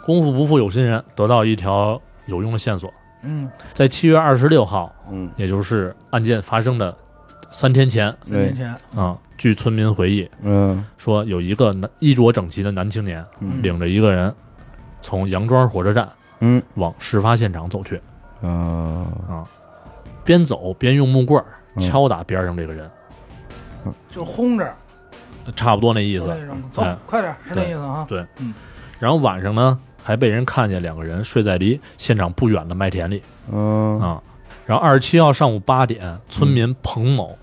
[SPEAKER 1] 功夫不负有心人，得到一条有用的线索，
[SPEAKER 3] 嗯，
[SPEAKER 1] 在七月二十六号，
[SPEAKER 2] 嗯，
[SPEAKER 1] 也就是案件发生的三天前啊、
[SPEAKER 3] 三年前，
[SPEAKER 1] 据村民回忆
[SPEAKER 2] 嗯
[SPEAKER 1] 说，有一个男衣着整齐的男青年
[SPEAKER 2] 嗯
[SPEAKER 1] 领着一个人从杨庄火车站
[SPEAKER 2] 嗯
[SPEAKER 1] 往事发现场走去
[SPEAKER 2] 啊，
[SPEAKER 1] 啊、边走边用木棍儿
[SPEAKER 2] 嗯
[SPEAKER 1] 敲打边上这个人，
[SPEAKER 3] 就是轰着，
[SPEAKER 1] 差不多那意
[SPEAKER 3] 就
[SPEAKER 1] 思。
[SPEAKER 3] 那种，走
[SPEAKER 1] 哎，
[SPEAKER 3] 快点，是那
[SPEAKER 1] 对
[SPEAKER 3] 意思啊，
[SPEAKER 1] 对
[SPEAKER 3] 嗯，
[SPEAKER 1] 然后晚上呢，还被人看见两个人睡在离现场不远的麦田里
[SPEAKER 2] 嗯
[SPEAKER 1] 啊。然后二十七号上午八点，村民彭某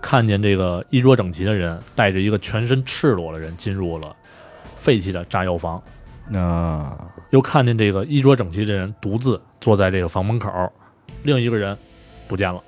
[SPEAKER 1] 看见这个衣着整齐的人带着一个全身赤裸的人进入了废弃的炸药房，
[SPEAKER 2] 啊，
[SPEAKER 1] 又看见这个衣着整齐的人独自坐在这个房门口，另一个人不见了。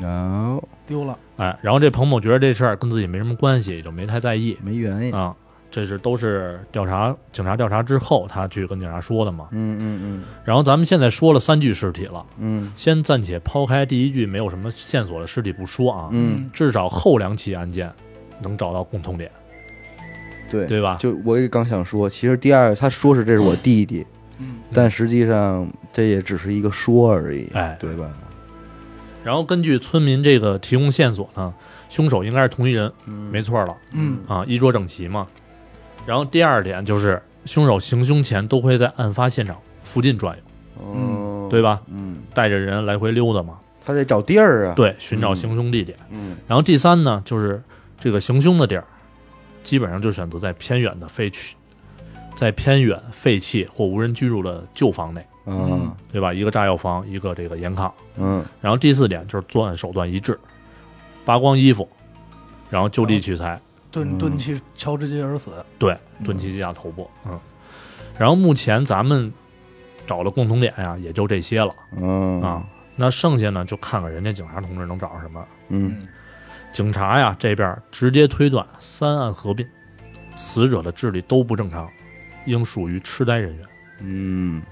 [SPEAKER 2] no，
[SPEAKER 3] 丢了，
[SPEAKER 1] 哎，然后这彭某觉得这事儿跟自己没什么关系，也就没太在意
[SPEAKER 2] 没原因。
[SPEAKER 1] 啊。这是都是调查警察调查之后，他去跟警察说的嘛。
[SPEAKER 2] 嗯嗯
[SPEAKER 1] 然后咱们现在说了三具尸体了，
[SPEAKER 2] 嗯
[SPEAKER 1] 先暂且抛开第一具没有什么线索的尸体不说啊，
[SPEAKER 2] 嗯
[SPEAKER 1] 至少后两起案件能找到共同点，
[SPEAKER 2] 嗯，对
[SPEAKER 1] 对吧？
[SPEAKER 2] 就我也刚想说，其实第二他说是这是我弟弟，
[SPEAKER 3] 嗯，
[SPEAKER 2] 但实际上这也只是一个说而已，
[SPEAKER 1] 哎
[SPEAKER 2] 对吧？
[SPEAKER 1] 然后根据村民这个提供线索呢，凶手应该是同一人，没错了
[SPEAKER 3] 嗯，
[SPEAKER 1] 啊，衣着整齐嘛。然后第二点就是凶手行凶前都会在案发现场附近转悠，
[SPEAKER 2] 哦，
[SPEAKER 1] 对吧？
[SPEAKER 2] 嗯，
[SPEAKER 1] 带着人来回溜达嘛，
[SPEAKER 2] 他得找地儿啊。，
[SPEAKER 1] 对，寻找行凶地点。
[SPEAKER 2] 嗯
[SPEAKER 1] 然后第三呢，就是这个行凶的地儿，基本上就选择在偏远的废区，在偏远废弃或无人居住的旧房内，
[SPEAKER 2] 啊
[SPEAKER 1] 对吧？一个炸药房，一个这个盐炕。
[SPEAKER 2] 嗯
[SPEAKER 1] 然后第四点就是作案手段一致，扒光衣服，然后就地取材，
[SPEAKER 2] 嗯
[SPEAKER 3] 钝钝器敲直接而死，
[SPEAKER 1] 对，钝器击打头部，嗯。然后目前咱们找的共同点呀，也就这些了
[SPEAKER 2] 嗯
[SPEAKER 1] 啊。那剩下呢，就看看人家警察同志能找着什么。
[SPEAKER 2] 嗯
[SPEAKER 3] 嗯，
[SPEAKER 1] 警察呀这边直接推断三案合并，死者的智力都不正常，应属于痴呆人员。
[SPEAKER 2] 嗯，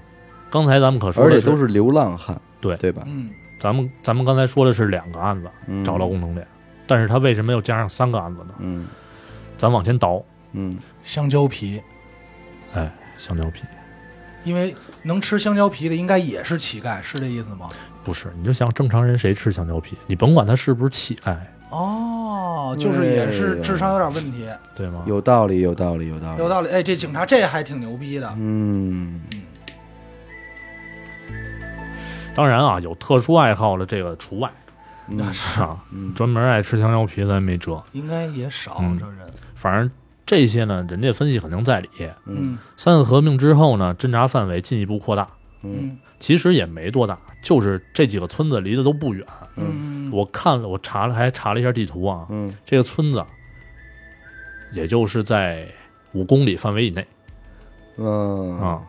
[SPEAKER 1] 刚才咱们可说
[SPEAKER 2] 而
[SPEAKER 1] 的
[SPEAKER 2] 且都是流浪汉，
[SPEAKER 1] 对
[SPEAKER 2] 对吧？
[SPEAKER 3] 嗯，
[SPEAKER 1] 咱们咱们刚才说的是两个案子
[SPEAKER 2] 嗯
[SPEAKER 1] 找到共同点，但是他为什么要加上三个案子呢？
[SPEAKER 2] 嗯
[SPEAKER 1] 咱往前倒，
[SPEAKER 2] 嗯
[SPEAKER 3] 香蕉皮，
[SPEAKER 1] 哎，香蕉皮
[SPEAKER 3] 因为能吃香蕉皮的应该也是乞丐，是这意思吗？
[SPEAKER 1] 不是，你就想正常人谁吃香蕉皮？你甭管他是不是乞丐，
[SPEAKER 3] 哦，就是也
[SPEAKER 2] 哎
[SPEAKER 3] 是
[SPEAKER 2] 呦
[SPEAKER 3] 智商有点问题，
[SPEAKER 1] 对吗？
[SPEAKER 2] 有道理，有道理，有道理，
[SPEAKER 3] 有道理。哎，这警察这还挺牛逼的，
[SPEAKER 2] 嗯
[SPEAKER 1] 当然啊，有特殊爱好的这个除外
[SPEAKER 2] 嗯
[SPEAKER 1] 啊，
[SPEAKER 2] 嗯
[SPEAKER 1] 专门爱吃香蕉皮咱没辙。
[SPEAKER 3] 应该也少
[SPEAKER 1] 嗯
[SPEAKER 3] 这人。
[SPEAKER 1] 反正这些呢，人家分析肯定在理。
[SPEAKER 2] 嗯
[SPEAKER 1] 三案合并之后呢，侦查范围进一步扩大，
[SPEAKER 2] 嗯
[SPEAKER 3] 嗯
[SPEAKER 1] 其实也没多大，就是这几个村子离得都不远。
[SPEAKER 3] 嗯，
[SPEAKER 1] 我看了，我查了，还查了一下地图啊，
[SPEAKER 2] 嗯
[SPEAKER 1] 这个村子也就是在五公里范围以内
[SPEAKER 2] 嗯
[SPEAKER 1] 啊。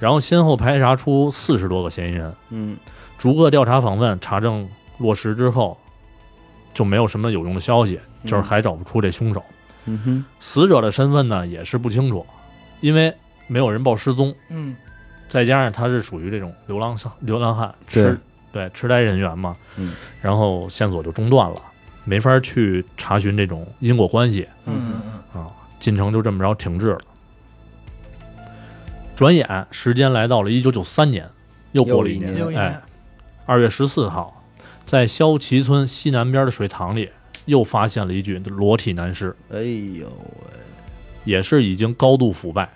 [SPEAKER 1] 然后先后排查出四十多个嫌疑人，
[SPEAKER 2] 嗯
[SPEAKER 1] 逐个调查访问查证落实之后，就没有什么有用的消息，就是还找不出这凶手。
[SPEAKER 2] 嗯哼
[SPEAKER 1] 死者的身份呢也是不清楚，因为没有人报失踪，
[SPEAKER 3] 嗯
[SPEAKER 1] 再加上他是属于这种流浪上流浪汉，
[SPEAKER 2] 对
[SPEAKER 1] 痴对痴呆人员嘛，
[SPEAKER 2] 嗯，
[SPEAKER 1] 然后线索就中断了，没法去查询这种因果关系
[SPEAKER 3] 嗯嗯
[SPEAKER 1] 啊，进程就这么着停滞了。转眼时间来到了一九九三年，又过了一
[SPEAKER 2] 又
[SPEAKER 3] 嗯，
[SPEAKER 2] 一
[SPEAKER 1] 年，
[SPEAKER 3] 六一
[SPEAKER 1] 哎
[SPEAKER 3] 年，，
[SPEAKER 1] 二月十四号，在肖旗村西南边的水塘里，又发现了一具裸体男尸。
[SPEAKER 2] 哎呦
[SPEAKER 1] 也是已经高度腐败。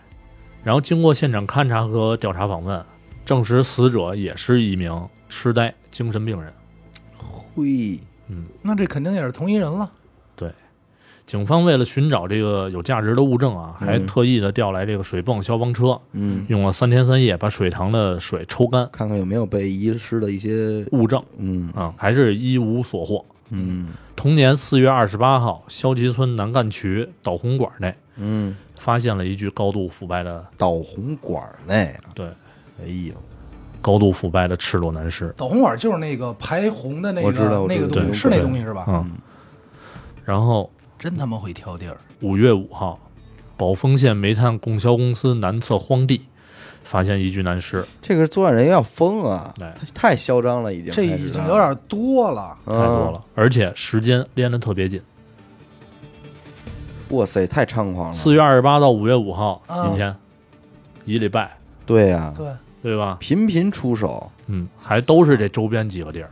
[SPEAKER 1] 然后经过现场勘查和调查访问，证实死者也是一名痴呆精神病人。
[SPEAKER 2] 喂，
[SPEAKER 1] 嗯，
[SPEAKER 3] 那这肯定也是同一人了。
[SPEAKER 1] 警方为了寻找这个有价值的物证啊，
[SPEAKER 2] 嗯
[SPEAKER 1] 还特意的调来这个水泵消防车，
[SPEAKER 2] 嗯，
[SPEAKER 1] 用了三天三夜把水塘的水抽干，
[SPEAKER 2] 看看有没有被遗失的一些，
[SPEAKER 1] 物证
[SPEAKER 2] 嗯
[SPEAKER 1] 啊、还是一无所获。
[SPEAKER 2] 嗯
[SPEAKER 1] 同年四月二十八号，肖集村南干渠导红管内
[SPEAKER 2] 嗯，
[SPEAKER 1] 发现了一具高度腐败的
[SPEAKER 2] 导红管儿内，
[SPEAKER 1] 对
[SPEAKER 2] 哎呦，
[SPEAKER 1] 高度腐败的赤裸男尸，
[SPEAKER 3] 导红管就是那个排红的那
[SPEAKER 2] 我知道
[SPEAKER 3] 个
[SPEAKER 2] 我知
[SPEAKER 3] 那
[SPEAKER 2] 道
[SPEAKER 3] 个东西，
[SPEAKER 2] 对
[SPEAKER 3] 是那
[SPEAKER 2] 对
[SPEAKER 3] 东西是吧？
[SPEAKER 1] 嗯，然后
[SPEAKER 3] 真他妈会挑地儿，
[SPEAKER 1] 五月五号，宝丰县煤炭供销公司南侧荒地发现一具男尸，
[SPEAKER 2] 这个作案人要疯啊
[SPEAKER 1] 哎，
[SPEAKER 2] 他太嚣张了，已经
[SPEAKER 3] 这
[SPEAKER 2] 开始
[SPEAKER 3] 已经
[SPEAKER 2] 啊
[SPEAKER 3] 有点多了。
[SPEAKER 1] 太多。
[SPEAKER 2] 嗯
[SPEAKER 1] 了，而且时间连得特别紧，
[SPEAKER 2] 哇塞，太猖狂了！
[SPEAKER 1] 四月二十八到五月五号
[SPEAKER 3] 啊
[SPEAKER 1] 几天，一礼拜，
[SPEAKER 2] 对呀，
[SPEAKER 3] 对，
[SPEAKER 1] 对吧？
[SPEAKER 2] 频频出手，
[SPEAKER 1] 嗯，还都是这周边几个地儿。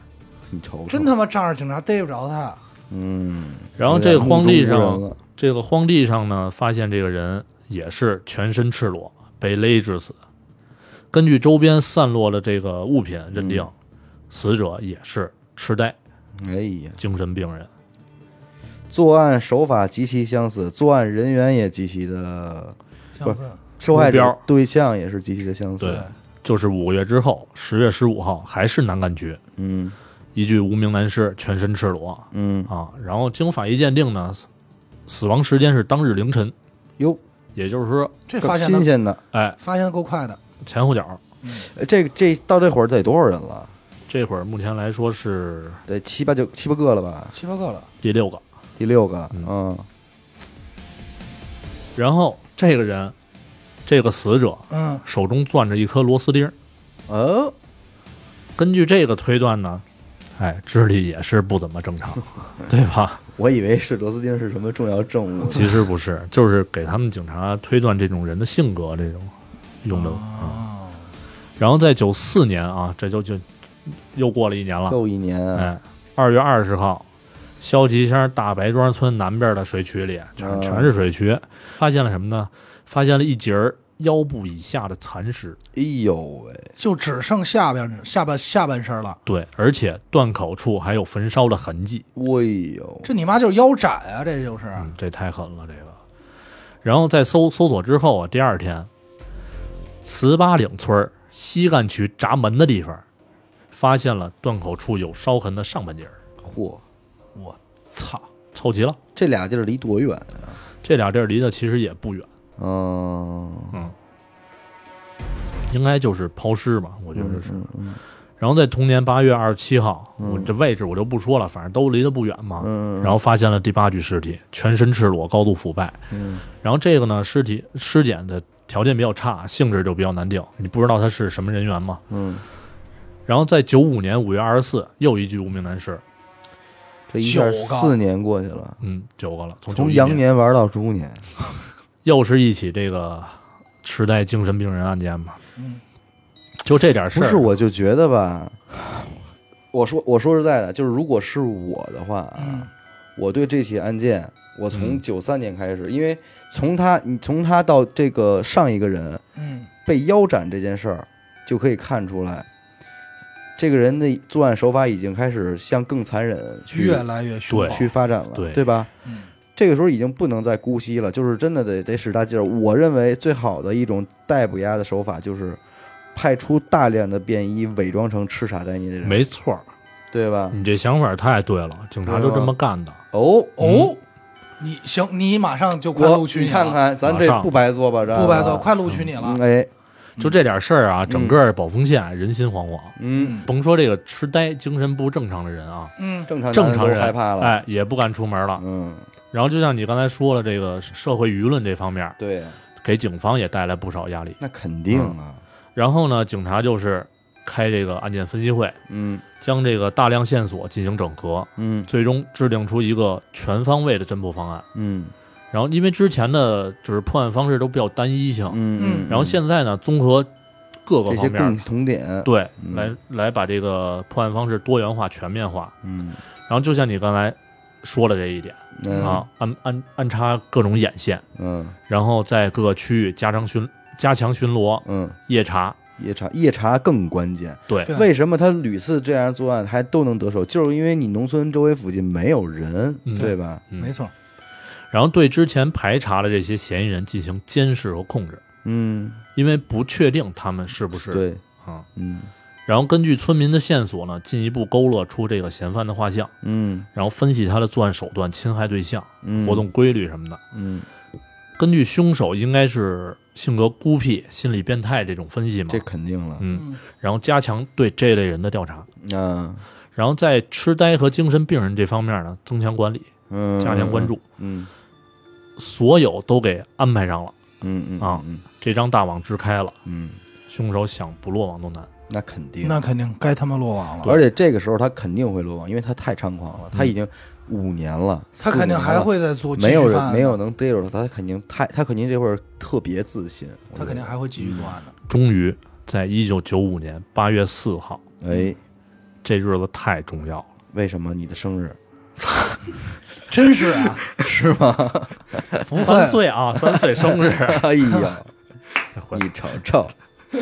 [SPEAKER 2] 你瞅瞅，
[SPEAKER 3] 真他妈仗着警察逮不着他，
[SPEAKER 2] 嗯。
[SPEAKER 1] 然后这荒地
[SPEAKER 2] 有点目中无人
[SPEAKER 1] 上，
[SPEAKER 2] 了
[SPEAKER 1] 这个荒地上呢，发现这个人也是全身赤裸，被勒致死。根据周边散落的这个物品认定，死者也是痴呆、
[SPEAKER 2] 哎呀，
[SPEAKER 1] 精神病人。
[SPEAKER 2] 作案手法极其相似，作案人员也极其的，
[SPEAKER 3] 像不像？
[SPEAKER 2] 受害
[SPEAKER 1] 目
[SPEAKER 2] 者
[SPEAKER 1] 标
[SPEAKER 2] 对象也是极其的相似。
[SPEAKER 1] 对，就是五个月之后，十月十五号，还是南干区，
[SPEAKER 2] 嗯
[SPEAKER 1] 一具无名男尸，全身赤裸
[SPEAKER 2] 嗯，
[SPEAKER 1] 啊。然后经法医鉴定呢，死死亡时间是当日凌晨，
[SPEAKER 2] 哟，
[SPEAKER 1] 也就是说，
[SPEAKER 3] 这发现
[SPEAKER 2] 新
[SPEAKER 3] 的
[SPEAKER 2] 鲜的，
[SPEAKER 1] 哎，
[SPEAKER 3] 发现的够快的，
[SPEAKER 1] 前后脚。
[SPEAKER 2] 哎这这到这会儿得多少人了？
[SPEAKER 1] 这会儿目前来说是
[SPEAKER 2] 得七八九七八个了吧？
[SPEAKER 3] 七八个了。
[SPEAKER 1] 第六个。
[SPEAKER 2] 第六个，
[SPEAKER 1] 嗯
[SPEAKER 2] 嗯
[SPEAKER 1] 然后这个人，这个死者
[SPEAKER 3] 嗯，
[SPEAKER 1] 手中攥着一颗螺丝钉儿。
[SPEAKER 2] 哦，
[SPEAKER 1] 根据这个推断呢，哎，智力也是不怎么正常，对吧？
[SPEAKER 2] 我以为是螺丝钉是什么重要证 物呢，
[SPEAKER 1] 其实不是，就是给他们警察推断这种人的性格这种用的。嗯
[SPEAKER 3] 哦，
[SPEAKER 1] 然后在九四年啊，这就就又过了一年了，
[SPEAKER 2] 够一年啊，
[SPEAKER 1] 哎，二月二十号。肖吉乡大白庄村南边的水渠里，全
[SPEAKER 2] 嗯
[SPEAKER 1] 全是水渠，发现了什么呢？发现了一截儿腰部以下的残尸，
[SPEAKER 2] 哎呦喂，
[SPEAKER 3] 就只剩下边下半下半身了。
[SPEAKER 1] 对，而且断口处还有焚烧的痕迹，
[SPEAKER 2] 哎呦，
[SPEAKER 3] 这你妈就是腰斩啊！这就是
[SPEAKER 1] 嗯，这太狠了，这个。然后在搜搜索之后啊，第二天，糍粑岭村儿西干区闸门的地方，发现了断口处有烧痕的上半截儿，
[SPEAKER 2] 嚯，
[SPEAKER 3] 我操！
[SPEAKER 1] 凑齐了。
[SPEAKER 2] 这俩地儿离多远啊？
[SPEAKER 1] 这俩地儿离得其实也不远，
[SPEAKER 2] 嗯，
[SPEAKER 1] 嗯，应该就是抛尸吧，我觉得是。
[SPEAKER 2] 嗯嗯
[SPEAKER 1] 然后在同年八月二十七号，
[SPEAKER 2] 嗯
[SPEAKER 1] 我这位置我就不说了，反正都离得不远嘛。
[SPEAKER 2] 嗯，
[SPEAKER 1] 然后发现了第八具尸体，全身赤裸，高度腐败。
[SPEAKER 2] 嗯
[SPEAKER 1] 然后这个呢，尸体尸检的条件比较差，性质就比较难定，你不知道他是什么人员嘛。
[SPEAKER 2] 嗯，
[SPEAKER 1] 然后在九五年五月二十四，又一具无名男尸，
[SPEAKER 2] 这一下
[SPEAKER 3] 九个
[SPEAKER 2] 四年过去了，
[SPEAKER 1] 嗯，九个了，从
[SPEAKER 2] 从
[SPEAKER 1] 91
[SPEAKER 2] 羊年玩到猪年，
[SPEAKER 1] 又是一起这个痴呆精神病人案件嘛。
[SPEAKER 3] 嗯，
[SPEAKER 1] 就这点事
[SPEAKER 2] 不
[SPEAKER 1] 儿，
[SPEAKER 2] 是，我就觉得吧，啊我说我说实在的，就是如果是我的话啊，
[SPEAKER 3] 嗯
[SPEAKER 2] 我对这起案件，我从
[SPEAKER 1] 嗯
[SPEAKER 2] 九三年开始，因为从他你从他到这个上一个人
[SPEAKER 3] 嗯，
[SPEAKER 2] 被腰斩这件事儿，就可以看出来，这个人的作案手法已经开始向更残忍去
[SPEAKER 3] 越来越凶
[SPEAKER 1] 对
[SPEAKER 3] 暴。
[SPEAKER 2] 去发展了，
[SPEAKER 1] 对
[SPEAKER 2] 吧？
[SPEAKER 3] 嗯
[SPEAKER 2] 这个时候已经不能再姑息了，就是真的得得使大劲儿。我认为最好的一种逮捕鸭的手法就是派出大量的便衣，伪装成痴傻呆腻的人，
[SPEAKER 1] 没错儿，
[SPEAKER 2] 对吧？
[SPEAKER 3] 嗯
[SPEAKER 1] 你这想法太对了，警察就这么干的。
[SPEAKER 2] 哦，
[SPEAKER 3] 哦，你行，你马上就快
[SPEAKER 2] 我
[SPEAKER 3] 录取
[SPEAKER 2] 你
[SPEAKER 3] 了
[SPEAKER 2] 看，看，咱这
[SPEAKER 1] 马上
[SPEAKER 2] 不白做吧？这
[SPEAKER 3] 不白做，快录取你了
[SPEAKER 2] 嗯。哎，
[SPEAKER 1] 就这点事儿啊，整个宝丰县人心惶惶，
[SPEAKER 2] 嗯，
[SPEAKER 1] 甭说这个痴呆精神不正常的人啊，
[SPEAKER 3] 嗯，
[SPEAKER 2] 正常
[SPEAKER 1] 正
[SPEAKER 2] 男
[SPEAKER 1] 常
[SPEAKER 2] 人
[SPEAKER 1] 人
[SPEAKER 2] 都害怕了，
[SPEAKER 1] 哎，也不敢出门了。
[SPEAKER 2] 嗯，
[SPEAKER 1] 然后就像你刚才说了，这个社会舆论这方面，
[SPEAKER 2] 对，啊
[SPEAKER 1] 给警方也带来不少压力。
[SPEAKER 2] 那肯定啊，
[SPEAKER 1] 然后呢，警察就是开这个案件分析会，
[SPEAKER 2] 嗯
[SPEAKER 1] 将这个大量线索进行整合，
[SPEAKER 2] 嗯
[SPEAKER 1] 最终制定出一个全方位的侦破方案。
[SPEAKER 2] 嗯
[SPEAKER 1] 然后，因为之前的就是破案方式都比较单一性，
[SPEAKER 2] 嗯，
[SPEAKER 1] 然后现在呢，综合各个
[SPEAKER 2] 这些
[SPEAKER 1] 方
[SPEAKER 2] 共
[SPEAKER 1] 面，
[SPEAKER 2] 同点，
[SPEAKER 1] 对，
[SPEAKER 2] 嗯
[SPEAKER 1] 来来把这个破案方式多元化、全面化。
[SPEAKER 2] 嗯
[SPEAKER 1] 然后，就像你刚才说的这一点
[SPEAKER 2] 嗯
[SPEAKER 1] 啊，安安安插各种眼线，
[SPEAKER 2] 嗯
[SPEAKER 1] 然后在各个区域加强巡加强巡逻、
[SPEAKER 2] 嗯，
[SPEAKER 1] 夜查。
[SPEAKER 2] 夜查夜查更关键。
[SPEAKER 1] 对
[SPEAKER 3] 对
[SPEAKER 2] 为什么他屡次这样作案还都能得手？就是因为你农村周围附近没有人，
[SPEAKER 1] 嗯
[SPEAKER 2] 对吧？
[SPEAKER 1] 嗯
[SPEAKER 3] 没错。
[SPEAKER 1] 然后对之前排查的这些嫌疑人进行监视和控制，
[SPEAKER 2] 嗯，
[SPEAKER 1] 因为不确定他们是不是
[SPEAKER 2] 对，
[SPEAKER 1] 啊。
[SPEAKER 2] 嗯
[SPEAKER 1] 然后根据村民的线索呢，进一步勾勒出这个嫌犯的画像，
[SPEAKER 2] 嗯
[SPEAKER 1] 然后分析他的作案手段、侵害对象、
[SPEAKER 2] 嗯，
[SPEAKER 1] 活动，规律什么的。
[SPEAKER 2] 嗯，
[SPEAKER 1] 根据凶手应该是性格孤僻、心理变态这种分析嘛
[SPEAKER 2] 这，肯定了，
[SPEAKER 1] 嗯，然后加强对这类人的调查，
[SPEAKER 2] 啊，
[SPEAKER 1] 然后在痴呆和精神病人这方面呢，增强管理，
[SPEAKER 2] 嗯，
[SPEAKER 1] 加强关注，
[SPEAKER 2] 嗯，
[SPEAKER 1] 所有都给安排上了，
[SPEAKER 2] 嗯嗯嗯
[SPEAKER 1] 啊
[SPEAKER 2] 嗯
[SPEAKER 1] 这张大网支开了，
[SPEAKER 2] 嗯，
[SPEAKER 1] 凶手想不落网都难。
[SPEAKER 2] 那肯定，
[SPEAKER 3] 那肯定该他妈落网了。
[SPEAKER 2] 而且这个时候他肯定会落网，因为他太猖狂
[SPEAKER 1] 嗯
[SPEAKER 2] 了，他已经五年了，
[SPEAKER 3] 他
[SPEAKER 2] 四
[SPEAKER 3] 肯定
[SPEAKER 2] 年
[SPEAKER 3] 还
[SPEAKER 2] 了
[SPEAKER 3] 会再做，
[SPEAKER 2] 没有
[SPEAKER 3] 继续
[SPEAKER 2] 人
[SPEAKER 3] 犯啊
[SPEAKER 2] 没有，能逮住他，他肯定太他肯定这会儿特别自信，我
[SPEAKER 3] 他肯定
[SPEAKER 2] 觉
[SPEAKER 3] 还会继续作案
[SPEAKER 2] 嗯
[SPEAKER 3] 的。
[SPEAKER 1] 终于在一九九五年八月四号，
[SPEAKER 2] 得哎，
[SPEAKER 1] 这日子太重要了。
[SPEAKER 2] 为什么你的生日
[SPEAKER 3] 真是啊，
[SPEAKER 2] 是吗？
[SPEAKER 1] 不三岁啊，三岁生日，
[SPEAKER 2] 哎呀，
[SPEAKER 1] 回
[SPEAKER 2] 你瞅瞅，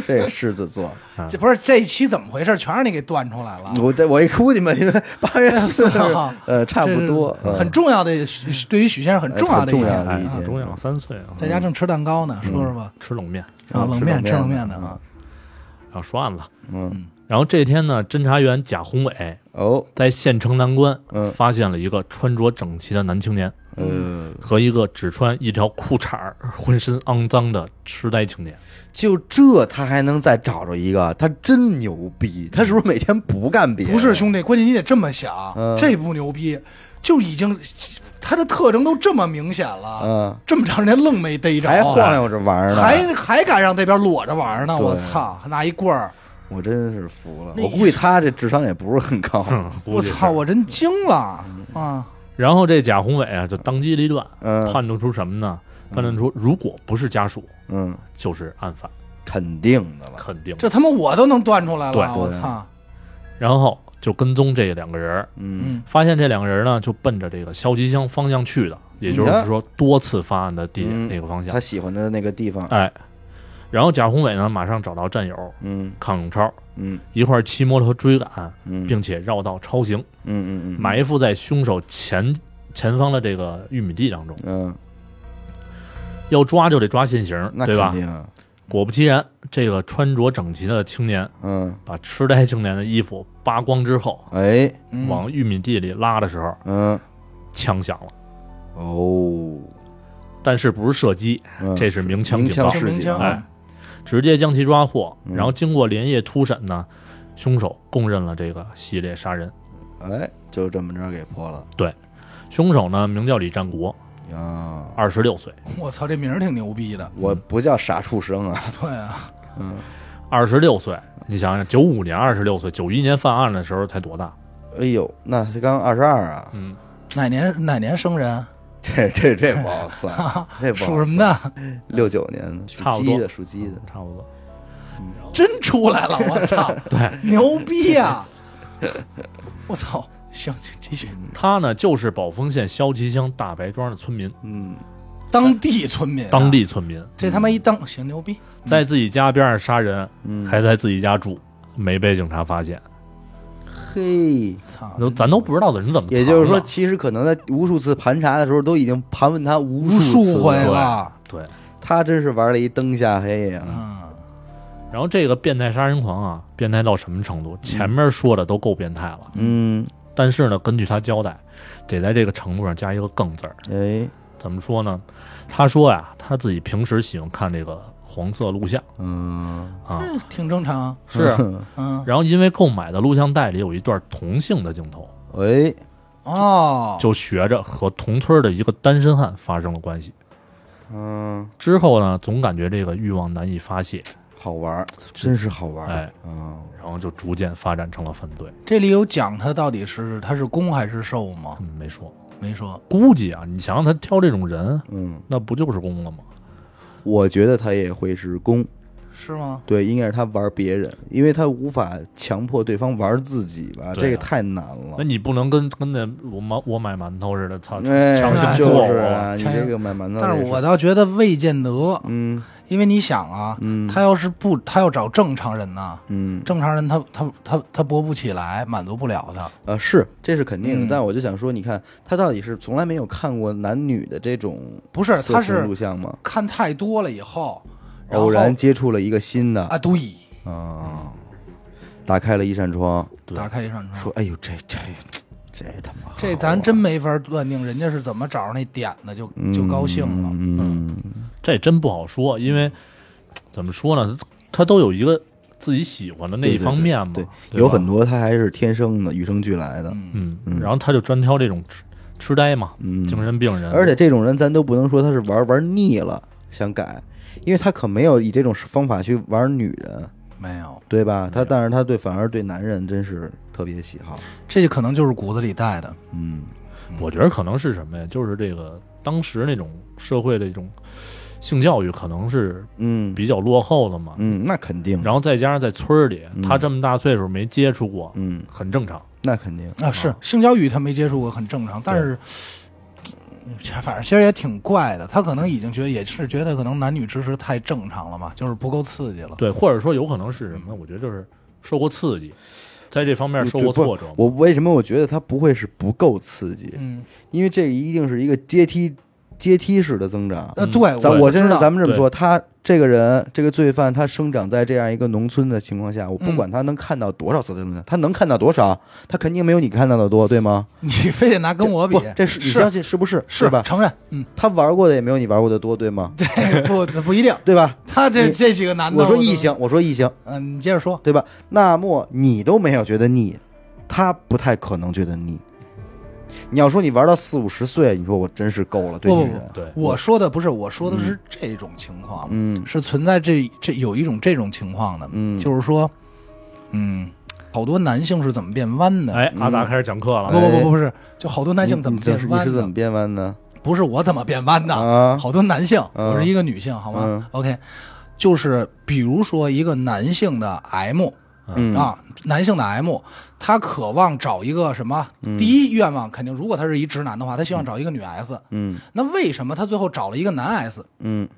[SPEAKER 2] 这狮子座，
[SPEAKER 3] 这不是这一期怎么回事？全让你给断出来了，
[SPEAKER 2] 我这我一估计嘛，因为八月四
[SPEAKER 3] 啊
[SPEAKER 2] 呃，差不多，
[SPEAKER 3] 这
[SPEAKER 2] 嗯
[SPEAKER 3] 是很重要的，许对于许先生很重要的一
[SPEAKER 2] 很重要
[SPEAKER 3] 天。
[SPEAKER 1] 哎
[SPEAKER 2] 一，
[SPEAKER 1] 好
[SPEAKER 2] 天
[SPEAKER 1] 重要，三岁啊，
[SPEAKER 3] 在家正吃蛋糕呢，说说吧，
[SPEAKER 1] 吃冷面，
[SPEAKER 3] 啊，冷面
[SPEAKER 2] 呃吃
[SPEAKER 3] 吃
[SPEAKER 2] 冷
[SPEAKER 3] 冷
[SPEAKER 2] 面
[SPEAKER 3] 面呢啊，
[SPEAKER 1] 然后说案子。
[SPEAKER 2] 嗯，
[SPEAKER 1] 然后这天呢，侦查员贾宏伟
[SPEAKER 2] 哦，
[SPEAKER 1] 在县城南关
[SPEAKER 2] 嗯
[SPEAKER 1] 发现了一个穿着整齐的男青年
[SPEAKER 2] 呃，
[SPEAKER 1] 和一个只穿一条裤衩儿、浑身肮脏的痴呆青年。
[SPEAKER 2] 就这他还能再找着一个，他真牛逼，他是不是每天不干别的？
[SPEAKER 3] 不是兄弟，关键你得这么想
[SPEAKER 2] 嗯，
[SPEAKER 3] 这不牛逼，就已经他的特征都这么明显了，
[SPEAKER 2] 嗯，
[SPEAKER 3] 这么长时间愣没逮着，
[SPEAKER 2] 还晃悠着玩儿呢，
[SPEAKER 3] 啊还还敢让这边裸着玩呢？
[SPEAKER 2] 对
[SPEAKER 3] 我操，拿一棍儿，
[SPEAKER 2] 我真是服了，
[SPEAKER 3] 那
[SPEAKER 2] 我估计他这智商也不是很 高，
[SPEAKER 1] 哼，
[SPEAKER 3] 我
[SPEAKER 1] 估计是
[SPEAKER 3] 操，！我真惊了啊！
[SPEAKER 1] 然后这贾宏伟啊，就当机立断，
[SPEAKER 2] 嗯
[SPEAKER 1] 判断出什么呢？判断出如果不是家属，
[SPEAKER 2] 嗯，
[SPEAKER 1] 就是案犯，
[SPEAKER 2] 肯定的了，
[SPEAKER 1] 肯定。
[SPEAKER 3] 这他妈我都能断出来
[SPEAKER 1] 对
[SPEAKER 3] 了，我操！
[SPEAKER 1] 然后就跟踪这两个人儿，
[SPEAKER 2] 嗯，
[SPEAKER 3] 嗯，
[SPEAKER 1] 发现这两个人呢，就奔着这个肖吉乡方向去的，也就是说多次发案的地
[SPEAKER 2] 嗯
[SPEAKER 1] 那个方向
[SPEAKER 2] 他。喜欢的那个地方，
[SPEAKER 1] 哎，然后贾宏伟呢，马上找到战友
[SPEAKER 2] 嗯
[SPEAKER 1] 康永超，
[SPEAKER 2] 嗯
[SPEAKER 1] 一块儿骑摩托车追赶，
[SPEAKER 2] 嗯，
[SPEAKER 1] 并且绕道超行，
[SPEAKER 2] 嗯嗯嗯，
[SPEAKER 1] 埋伏在凶手前前方的这个玉米地当中。
[SPEAKER 2] 嗯，
[SPEAKER 1] 要抓就得抓现行，
[SPEAKER 2] 那
[SPEAKER 1] 对
[SPEAKER 2] 肯
[SPEAKER 1] 吧？
[SPEAKER 2] 定啊，
[SPEAKER 1] 果不其然，这个穿着整齐的青年
[SPEAKER 2] 嗯，
[SPEAKER 1] 把痴呆青年的衣服扒光之后，
[SPEAKER 2] 哎，
[SPEAKER 3] 嗯
[SPEAKER 1] 往玉米地里拉的时候，
[SPEAKER 2] 嗯，
[SPEAKER 1] 枪响了，
[SPEAKER 2] 哦，
[SPEAKER 1] 但是不是射击，
[SPEAKER 2] 嗯
[SPEAKER 1] 这是鸣枪
[SPEAKER 2] 鸣
[SPEAKER 1] 警报
[SPEAKER 2] 枪。示
[SPEAKER 3] 是鸣
[SPEAKER 2] 警
[SPEAKER 3] 枪嗯
[SPEAKER 1] 哎直接将其抓获。然后经过连夜突审呢，凶手供认了这个系列杀人。
[SPEAKER 2] 哎，就这么着给破了
[SPEAKER 1] 凶手呢名叫李占国，
[SPEAKER 2] 啊！
[SPEAKER 1] 二十六岁。
[SPEAKER 3] 我操，这名儿挺牛逼的，
[SPEAKER 2] 我不叫傻畜生啊，
[SPEAKER 3] 对啊，
[SPEAKER 2] 嗯，
[SPEAKER 1] 二十六岁，你想想，九五年二十六岁，九一年犯案的时候才多大？
[SPEAKER 2] 哎呦，那是刚二十二啊，
[SPEAKER 1] 嗯，
[SPEAKER 3] 哪年哪年生人？啊
[SPEAKER 2] 这这这不 好算，这不好
[SPEAKER 3] 属什么
[SPEAKER 2] 算？
[SPEAKER 3] 的？
[SPEAKER 2] 六九年，属
[SPEAKER 1] 差不
[SPEAKER 2] 鸡
[SPEAKER 1] 多
[SPEAKER 2] 的，属鸡
[SPEAKER 3] 嗯
[SPEAKER 2] 的，
[SPEAKER 1] 差不多。
[SPEAKER 3] 真出来了，我操，
[SPEAKER 1] 对
[SPEAKER 3] 牛逼呀！我操，行，继续，
[SPEAKER 1] 他呢，就是宝丰县肖旗乡大白庄的村
[SPEAKER 3] 哎
[SPEAKER 1] 民，
[SPEAKER 2] 嗯
[SPEAKER 3] 当地村民啊，
[SPEAKER 1] 当地村民，嗯
[SPEAKER 3] 这他妈一当行牛逼，
[SPEAKER 1] 在自己家边上杀人，
[SPEAKER 2] 嗯，
[SPEAKER 1] 还在自己家住，没被警察发现。
[SPEAKER 2] 嘿，
[SPEAKER 3] 操，
[SPEAKER 1] 都啊咱都不知道的人怎么藏的。
[SPEAKER 2] 也就是说，其实可能在无数次盘查的时候，都已经盘问他无
[SPEAKER 3] 无
[SPEAKER 2] 数
[SPEAKER 3] 数
[SPEAKER 2] 次
[SPEAKER 3] 回
[SPEAKER 2] 了。
[SPEAKER 3] 了，
[SPEAKER 1] 对。
[SPEAKER 2] 他真是玩了一灯下黑呀、
[SPEAKER 3] 嗯，
[SPEAKER 1] 然后这个变态杀人狂啊，变态到什么程度？前面说的都够变态了，
[SPEAKER 2] 嗯，
[SPEAKER 1] 但是呢，根据他交代，得在这个程度上加一个更字儿。
[SPEAKER 2] 哎，
[SPEAKER 1] 怎么说呢？他说呀、他自己平时喜欢看这个黄色录像
[SPEAKER 2] 嗯，
[SPEAKER 1] 啊，
[SPEAKER 3] 这挺正常，
[SPEAKER 1] 是。
[SPEAKER 3] 嗯，
[SPEAKER 1] 然后因为购买的录像带里有一段同性的镜头，
[SPEAKER 2] 哎，
[SPEAKER 3] 哦，
[SPEAKER 1] 就学着和同村的一个单身汉发生了关系。
[SPEAKER 2] 嗯，
[SPEAKER 1] 之后呢，总感觉这个欲望难以发泄，
[SPEAKER 2] 好玩儿，真是好玩儿。
[SPEAKER 1] 哎，
[SPEAKER 2] 嗯，
[SPEAKER 1] 然后就逐渐发展成了犯罪。
[SPEAKER 3] 这里有讲他到底是他是攻还是受吗？
[SPEAKER 1] 嗯，没说。
[SPEAKER 3] 没说，
[SPEAKER 1] 估计啊，你想想他挑这种人，
[SPEAKER 2] 嗯，
[SPEAKER 1] 那不就是公了吗？
[SPEAKER 2] 我觉得他也会是攻，
[SPEAKER 3] 是吗？
[SPEAKER 2] 对，应该是他玩别人，因为他无法强迫对方玩自己吧，
[SPEAKER 1] 对啊
[SPEAKER 2] 这个太难了
[SPEAKER 1] 那。你不能跟跟那我买我买馒头似的，操，
[SPEAKER 2] 哎，
[SPEAKER 1] 强
[SPEAKER 3] 行
[SPEAKER 1] 行
[SPEAKER 2] 就
[SPEAKER 1] 做
[SPEAKER 2] 是
[SPEAKER 1] 我。
[SPEAKER 2] 啊，你这个买馒头这事儿，
[SPEAKER 3] 但是我倒觉得未见得，
[SPEAKER 2] 嗯，
[SPEAKER 3] 因为你想啊，
[SPEAKER 2] 嗯
[SPEAKER 3] 他要是不，他要找正常人呢，
[SPEAKER 2] 嗯
[SPEAKER 3] 正常人他他他他搏不起来，满足不了他。
[SPEAKER 2] 呃是这是肯定的，
[SPEAKER 3] 嗯
[SPEAKER 2] 但我就想说，你看他到底是从来没有看过男女的这种
[SPEAKER 3] 不是，
[SPEAKER 2] 色
[SPEAKER 3] 他
[SPEAKER 2] 情
[SPEAKER 3] 是
[SPEAKER 2] 录像吗？
[SPEAKER 3] 看太多了以后，然后
[SPEAKER 2] 偶然接触了一个新的
[SPEAKER 3] 啊，对，
[SPEAKER 2] 啊，打开了一扇窗，
[SPEAKER 1] 对
[SPEAKER 3] 打开一扇窗
[SPEAKER 2] 说，：“哎呦，这这这他妈好
[SPEAKER 3] 这咱真没法断定人家是怎么找着那点的，就就高兴了。
[SPEAKER 2] 嗯，
[SPEAKER 1] 这真不好说，因为怎么说呢，他都有一个自己喜欢的那一方面嘛，
[SPEAKER 2] 对，
[SPEAKER 1] 对
[SPEAKER 2] 有
[SPEAKER 1] 吧
[SPEAKER 2] 很多他还是天生的，与生俱来的。
[SPEAKER 3] 嗯，
[SPEAKER 1] 嗯
[SPEAKER 2] 嗯，
[SPEAKER 1] 然后他就专挑这种痴痴呆嘛，
[SPEAKER 2] 嗯，
[SPEAKER 1] 精神病人，
[SPEAKER 2] 而且这种人咱都不能说他是玩玩腻了想改，因为他可没有以这种方法去玩女人，
[SPEAKER 3] 没有，
[SPEAKER 2] 对吧？他但是他对反而对男人真是特别喜好。
[SPEAKER 3] 这可能就是骨子里带的。
[SPEAKER 2] 嗯，
[SPEAKER 1] 我觉得可能是什么呀，就是这个当时那种社会的一种性教育可能是
[SPEAKER 2] 嗯
[SPEAKER 1] 比较落后的嘛，
[SPEAKER 2] 嗯，那肯定，
[SPEAKER 1] 然后再加上在村儿里，
[SPEAKER 2] 嗯
[SPEAKER 1] 他这么大岁数没接触过，
[SPEAKER 2] 嗯，
[SPEAKER 1] 很正常。
[SPEAKER 2] 那肯定，
[SPEAKER 3] 啊，是性教育他没接触过，很正常。但是，其实反正其实也挺怪的。他可能已经觉得也是觉得可能男女之事太正常了嘛，就是不够刺激了。
[SPEAKER 1] 对，或者说有可能是什么？我觉得就是受过刺激，在这方面受过
[SPEAKER 2] 不
[SPEAKER 1] 挫折嘛。
[SPEAKER 2] 我为什么我觉得他不会是不够刺激？
[SPEAKER 3] 嗯，
[SPEAKER 2] 因为这一定是一个阶梯阶梯式的增长。
[SPEAKER 3] 呃，
[SPEAKER 1] 嗯
[SPEAKER 3] 对，
[SPEAKER 2] 咱
[SPEAKER 3] 我
[SPEAKER 2] 我先
[SPEAKER 3] 知
[SPEAKER 2] 是
[SPEAKER 3] 道
[SPEAKER 2] 咱们这么说，他这个人，这个罪犯，他生长在这样一个农村的情况下，我不
[SPEAKER 3] 嗯
[SPEAKER 2] 管他能看到多少色情论，他能看到多少，他肯定没有你看到的多，对吗？
[SPEAKER 3] 你非得拿跟我比
[SPEAKER 2] 不，这是你
[SPEAKER 3] 是
[SPEAKER 2] 相信是不是？
[SPEAKER 3] 是
[SPEAKER 2] 对吧？
[SPEAKER 3] 承 认，嗯，
[SPEAKER 2] 他玩过的也没有你玩过的多，对吗？
[SPEAKER 3] 这个不不一定。
[SPEAKER 2] 对吧？
[SPEAKER 3] 他这
[SPEAKER 2] 你
[SPEAKER 3] 这几个男的，
[SPEAKER 2] 我说
[SPEAKER 3] 都
[SPEAKER 2] 异性，，我说异性，
[SPEAKER 3] 嗯，你接着说，
[SPEAKER 2] 对吧？那么你都没有觉得腻，他不太可能觉得腻。你要说你玩到四五十岁，你说我真是够了，对
[SPEAKER 3] 不
[SPEAKER 2] 女人，
[SPEAKER 1] 对，
[SPEAKER 3] 我说的不是，我说的是这种情况，
[SPEAKER 2] 嗯
[SPEAKER 3] 是存在这这有一种这种情况的，
[SPEAKER 2] 嗯，
[SPEAKER 3] 就是说，嗯，好多男性是怎么变弯的？
[SPEAKER 1] 哎，阿达
[SPEAKER 2] 嗯
[SPEAKER 1] 开始讲课了。哎
[SPEAKER 3] 不不不不不是，就好多男性
[SPEAKER 2] 你
[SPEAKER 3] 怎么
[SPEAKER 2] 你这
[SPEAKER 3] 变
[SPEAKER 2] 是你
[SPEAKER 3] 弯
[SPEAKER 2] 是怎
[SPEAKER 3] 的
[SPEAKER 2] 么？变弯的？
[SPEAKER 3] 不是我怎么变弯的，
[SPEAKER 2] 啊，
[SPEAKER 3] 好多男性，
[SPEAKER 2] 嗯
[SPEAKER 3] 我是一个女性，好
[SPEAKER 2] 嗯
[SPEAKER 3] 吗？OK，就是比如说一个男性的 M
[SPEAKER 2] 嗯，
[SPEAKER 3] 啊，男性的 M，他渴望找一个什么？
[SPEAKER 2] 嗯
[SPEAKER 3] 第一愿望肯定，如果他是一直男的话，他希望找一个女 S。
[SPEAKER 2] 嗯
[SPEAKER 3] 那为什么他最后找了一个男 S？
[SPEAKER 2] 嗯，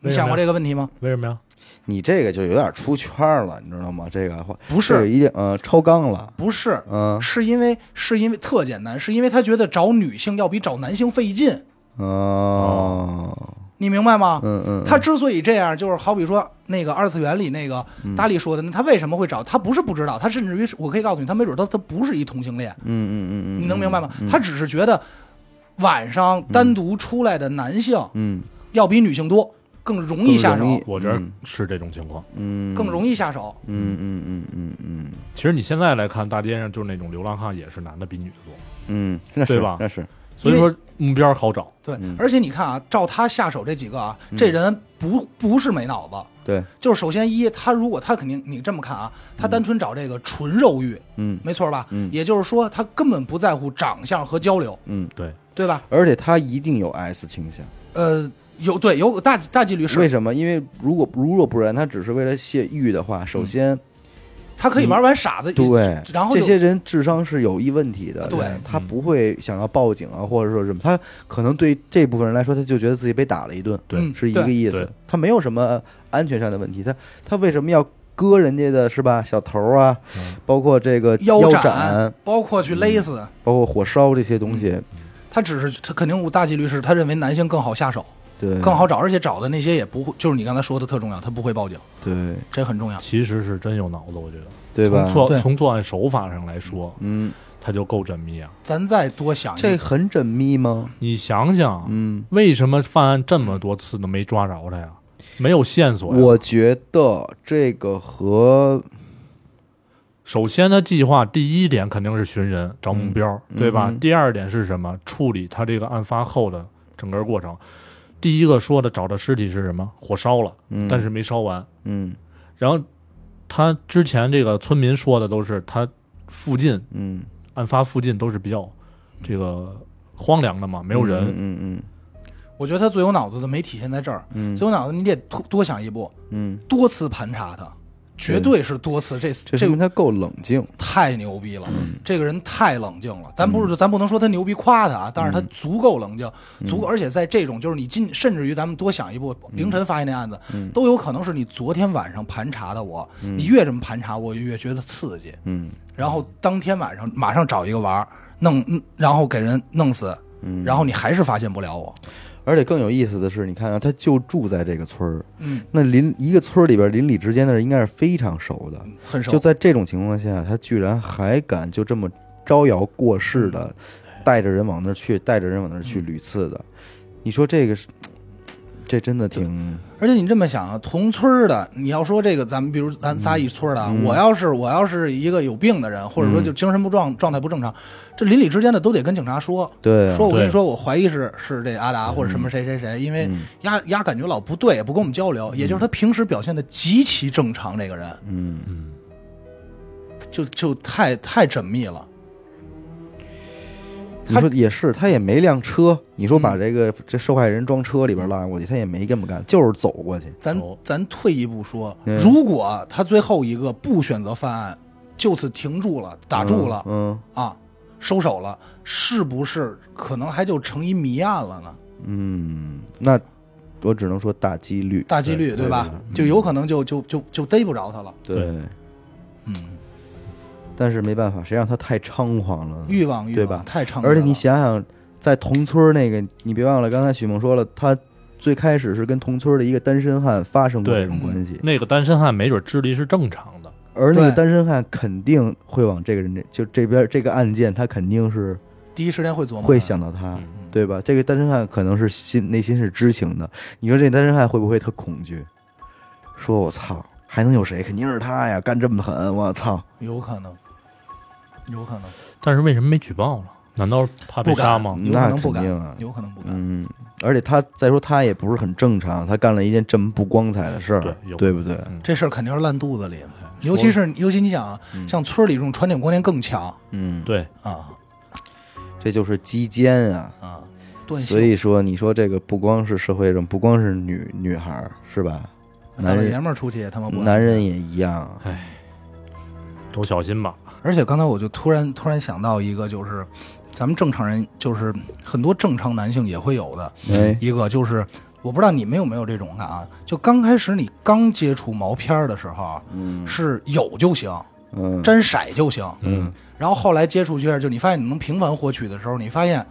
[SPEAKER 3] 你想过这个问题吗？
[SPEAKER 1] 为什么呀？
[SPEAKER 2] 你这个就有点出圈了，你知道吗？这个话
[SPEAKER 3] 不
[SPEAKER 2] 这个
[SPEAKER 3] 是，
[SPEAKER 2] 一定呃超纲了，
[SPEAKER 3] 不是，
[SPEAKER 2] 嗯
[SPEAKER 3] 是因为是因为特简单，是因为他觉得找女性要比找男性费劲，
[SPEAKER 2] 哦，
[SPEAKER 3] 你明白吗？
[SPEAKER 2] 嗯嗯，
[SPEAKER 3] 他之所以这样，就是好比说那个二次元里那个
[SPEAKER 2] 嗯
[SPEAKER 3] 达利说的，那他为什么会找？他不是不知道，他甚至于是我可以告诉你，他没准他他不是一同性恋，
[SPEAKER 2] 嗯嗯嗯嗯，
[SPEAKER 3] 你能明白吗？他只是觉得晚上单独出来的男性
[SPEAKER 2] 嗯
[SPEAKER 3] 要比女性多，更容易下手，
[SPEAKER 2] 更容易
[SPEAKER 1] 我觉得是这种情况。
[SPEAKER 2] 嗯，
[SPEAKER 3] 更容易下手。
[SPEAKER 2] 嗯嗯嗯嗯嗯
[SPEAKER 1] 其实你现在来看，大街上就是那种流浪汉，也是男的比女的多，
[SPEAKER 2] 嗯，那是
[SPEAKER 1] 对吧
[SPEAKER 2] 那是，
[SPEAKER 1] 所以说目标好找。
[SPEAKER 3] 对
[SPEAKER 2] 嗯，
[SPEAKER 3] 而且你看啊，照他下手这几个啊，这人不不是没脑子，
[SPEAKER 2] 对，
[SPEAKER 3] 就是首先一，他如果他肯定你这么看啊，他单纯找这个纯肉欲，
[SPEAKER 2] 嗯
[SPEAKER 3] 没错吧？
[SPEAKER 2] 嗯
[SPEAKER 3] 也就是说，他根本不在乎长相和交流，
[SPEAKER 2] 嗯，
[SPEAKER 1] 对，
[SPEAKER 3] 对吧？
[SPEAKER 2] 而且他一定有 S 倾向，
[SPEAKER 3] 呃，有对有大大几率
[SPEAKER 2] 为
[SPEAKER 3] 是，
[SPEAKER 2] 什么？因为如果如果不然，他只是为了泄欲的话，首先
[SPEAKER 3] 他可以玩玩傻子，
[SPEAKER 2] 嗯对，
[SPEAKER 3] 嗯然后
[SPEAKER 2] 这
[SPEAKER 3] 就
[SPEAKER 2] 些人智商是有一问题的，
[SPEAKER 3] 对嗯
[SPEAKER 2] 他不会想要报警啊，或者说什么，他可能对这部分人来说，他就觉得自己被打了一顿，
[SPEAKER 1] 对
[SPEAKER 3] 嗯
[SPEAKER 2] 是一个
[SPEAKER 3] 对
[SPEAKER 2] 意思
[SPEAKER 1] 对，
[SPEAKER 2] 他没有什么安全上的问题，他他为什么要割人家的是吧？小头啊，
[SPEAKER 1] 嗯
[SPEAKER 2] 包括这个
[SPEAKER 3] 腰
[SPEAKER 2] 斩，嗯
[SPEAKER 3] 斩，包括去勒死，
[SPEAKER 2] 包括火烧这些东西，
[SPEAKER 3] 他只是他肯定大几率是他认为男性更好下手，
[SPEAKER 2] 对，
[SPEAKER 3] 更好找，而且找的那些也不会，就是你刚才说的特重要，他不会报警，
[SPEAKER 2] 对
[SPEAKER 3] 这很重要。
[SPEAKER 1] 其实是真有脑子，我觉得。
[SPEAKER 2] 对吧
[SPEAKER 1] 从？作
[SPEAKER 3] 对
[SPEAKER 1] 从作案手法上来说，
[SPEAKER 2] 嗯，
[SPEAKER 1] 他就够缜密啊。
[SPEAKER 3] 咱再多想一
[SPEAKER 2] 这
[SPEAKER 3] 个，
[SPEAKER 2] 很缜密吗？
[SPEAKER 1] 你想想，
[SPEAKER 2] 嗯，
[SPEAKER 1] 为什么犯案这么多次都没抓着他呀？没有线索呀。
[SPEAKER 2] 我觉得这个和
[SPEAKER 1] 首先，他计划第一点肯定是寻人找目标，
[SPEAKER 2] 嗯
[SPEAKER 1] 对吧？
[SPEAKER 2] 嗯
[SPEAKER 1] 第二点是什么？处理他这个案发后的整个过程。第一个说的找的尸体是什么？火烧了，
[SPEAKER 2] 嗯，
[SPEAKER 1] 但是没烧完。
[SPEAKER 2] 嗯
[SPEAKER 1] 然后他之前这个村民说的都是他附近
[SPEAKER 2] 嗯，
[SPEAKER 1] 案发附近都是比较这个荒凉的嘛，没
[SPEAKER 2] 没
[SPEAKER 1] 有人。
[SPEAKER 2] 嗯嗯
[SPEAKER 3] 我觉得他最有脑子的没体现在这儿，
[SPEAKER 2] 嗯
[SPEAKER 3] 最有脑子你得多多想一步，
[SPEAKER 2] 嗯
[SPEAKER 3] 多次盘查他，绝对是多次。这
[SPEAKER 2] 这嗯
[SPEAKER 3] 这
[SPEAKER 2] 说
[SPEAKER 3] 个
[SPEAKER 2] 明他够冷静。
[SPEAKER 3] 太牛逼了，这个人太冷静了。咱不是，咱不能说他牛逼夸他
[SPEAKER 2] 嗯
[SPEAKER 3] 啊，但是他足够冷静，足够，而且在这种就是你今，甚至于咱们多想一步，
[SPEAKER 2] 嗯
[SPEAKER 3] 凌晨发现那案子，都有可能是你昨天晚上盘查的我。你越这么盘查，我就越觉得刺激。
[SPEAKER 2] 嗯，
[SPEAKER 3] 然后当天晚上马上找一个玩儿弄，嗯然后给人弄死，
[SPEAKER 2] 嗯
[SPEAKER 3] 然后你还是发现不了我。
[SPEAKER 2] 而且更有意思的是，你看啊，他就住在这个村儿，
[SPEAKER 3] 嗯，
[SPEAKER 2] 那邻一个村儿里边邻里之间的人应该是非常熟的。
[SPEAKER 3] 很熟
[SPEAKER 2] 就。在这种情况下，他居然还敢就这么招摇过市
[SPEAKER 3] 嗯
[SPEAKER 2] 的，带着人往那儿去，带着人往那儿去屡次的，你说这个是，这真的挺
[SPEAKER 3] 而且你这么想啊，同村儿的，你要说这个，咱们比如咱仨一村儿的啊，
[SPEAKER 2] 嗯
[SPEAKER 3] 我要是我要是一个有病的人，或者说就精神不状状态不正常，这邻里之间的都得跟警察说，
[SPEAKER 2] 对啊嗯
[SPEAKER 3] 说我跟
[SPEAKER 1] 对
[SPEAKER 3] 你说，我怀疑是是这阿达或者什么谁谁谁，因为丫丫感觉老不对，也不跟我们交流，也就是他平时表现的极其正常，这个人
[SPEAKER 2] 嗯。
[SPEAKER 1] 嗯，
[SPEAKER 3] 就就太太缜密了，
[SPEAKER 2] 你说也是，他也没辆车。你说
[SPEAKER 3] 嗯
[SPEAKER 2] 把这个、这受害人装车里边拉过去，他也没这么干，就是走过去。
[SPEAKER 3] 咱
[SPEAKER 1] 哦
[SPEAKER 3] 咱退一步说，
[SPEAKER 2] 嗯
[SPEAKER 3] 如果他最后一个不选择犯案，就此停住了，打住了，
[SPEAKER 2] 嗯
[SPEAKER 3] 啊，收手了，是不是可能还就成一谜案了呢？
[SPEAKER 2] 嗯，那我只能说大几率，
[SPEAKER 3] 大几率
[SPEAKER 2] 对嗯
[SPEAKER 3] 吧？就有可能就就就就逮不着他了。
[SPEAKER 2] 对。
[SPEAKER 1] 对
[SPEAKER 3] 嗯，
[SPEAKER 2] 但是没办法，谁让他太猖狂了呢？
[SPEAKER 3] 欲望欲望
[SPEAKER 2] 对吧
[SPEAKER 3] 太猖獗了。
[SPEAKER 2] 而且你想想，在同村儿那个，你别忘了，刚才许梦说了，他最开始是跟同村儿的一个单身汉发生过
[SPEAKER 1] 对嗯
[SPEAKER 2] 这种关系，
[SPEAKER 1] 那个单身汉没准智力是正常的，
[SPEAKER 2] 而那个
[SPEAKER 3] 对
[SPEAKER 2] 单身汉肯定会往这个人这就这边这个案件，他肯定是
[SPEAKER 3] 第一时间会琢磨，
[SPEAKER 2] 会想到他。
[SPEAKER 1] 嗯
[SPEAKER 2] 对吧？这个单身汉可能是心内心是知情的，你说这单身汉会不会特恐惧？说我操，还能有谁？肯定是他呀，干这么狠，我操！
[SPEAKER 3] 有可能，有可能，
[SPEAKER 1] 但是为什么没举报呢？难道是怕被
[SPEAKER 3] 不敢
[SPEAKER 1] 杀吗？
[SPEAKER 3] 有可
[SPEAKER 2] 那
[SPEAKER 3] 能不
[SPEAKER 2] 肯
[SPEAKER 3] 敢
[SPEAKER 2] 定啊，
[SPEAKER 3] 有可能不敢。
[SPEAKER 2] 嗯，而且他再说他也不是很正常，他干了一件这么不光彩的事儿，
[SPEAKER 1] 对有
[SPEAKER 2] 对不对？
[SPEAKER 1] 嗯
[SPEAKER 3] 这事儿肯定是烂肚子里，
[SPEAKER 1] 哎
[SPEAKER 3] 尤其是尤其你想啊，像村里这种传统观念更强
[SPEAKER 2] 嗯，
[SPEAKER 1] 对，
[SPEAKER 3] 啊
[SPEAKER 2] 这就是鸡奸啊！
[SPEAKER 3] 啊，断袖
[SPEAKER 2] 所以说，你说这个不光是社会上，不光是女女孩儿是吧？
[SPEAKER 3] 大
[SPEAKER 2] 男
[SPEAKER 3] 老爷
[SPEAKER 2] 人
[SPEAKER 3] 们儿出去也他妈不安
[SPEAKER 2] 男人也一样，啊
[SPEAKER 1] 都小心吧。
[SPEAKER 3] 而且刚才我就突然突然想到一个，就是咱们正常人，就是很多正常男性也会有的
[SPEAKER 2] 哎，
[SPEAKER 3] 一个，就是我不知道你们有没有这种的啊？就刚开始你刚接触毛片儿的时候，啊
[SPEAKER 2] 嗯
[SPEAKER 3] 是有就行，
[SPEAKER 2] 嗯，
[SPEAKER 3] 沾色就行。
[SPEAKER 1] 嗯，
[SPEAKER 3] 然后后来接触一下，就你发现你能频繁获取的时候，你发现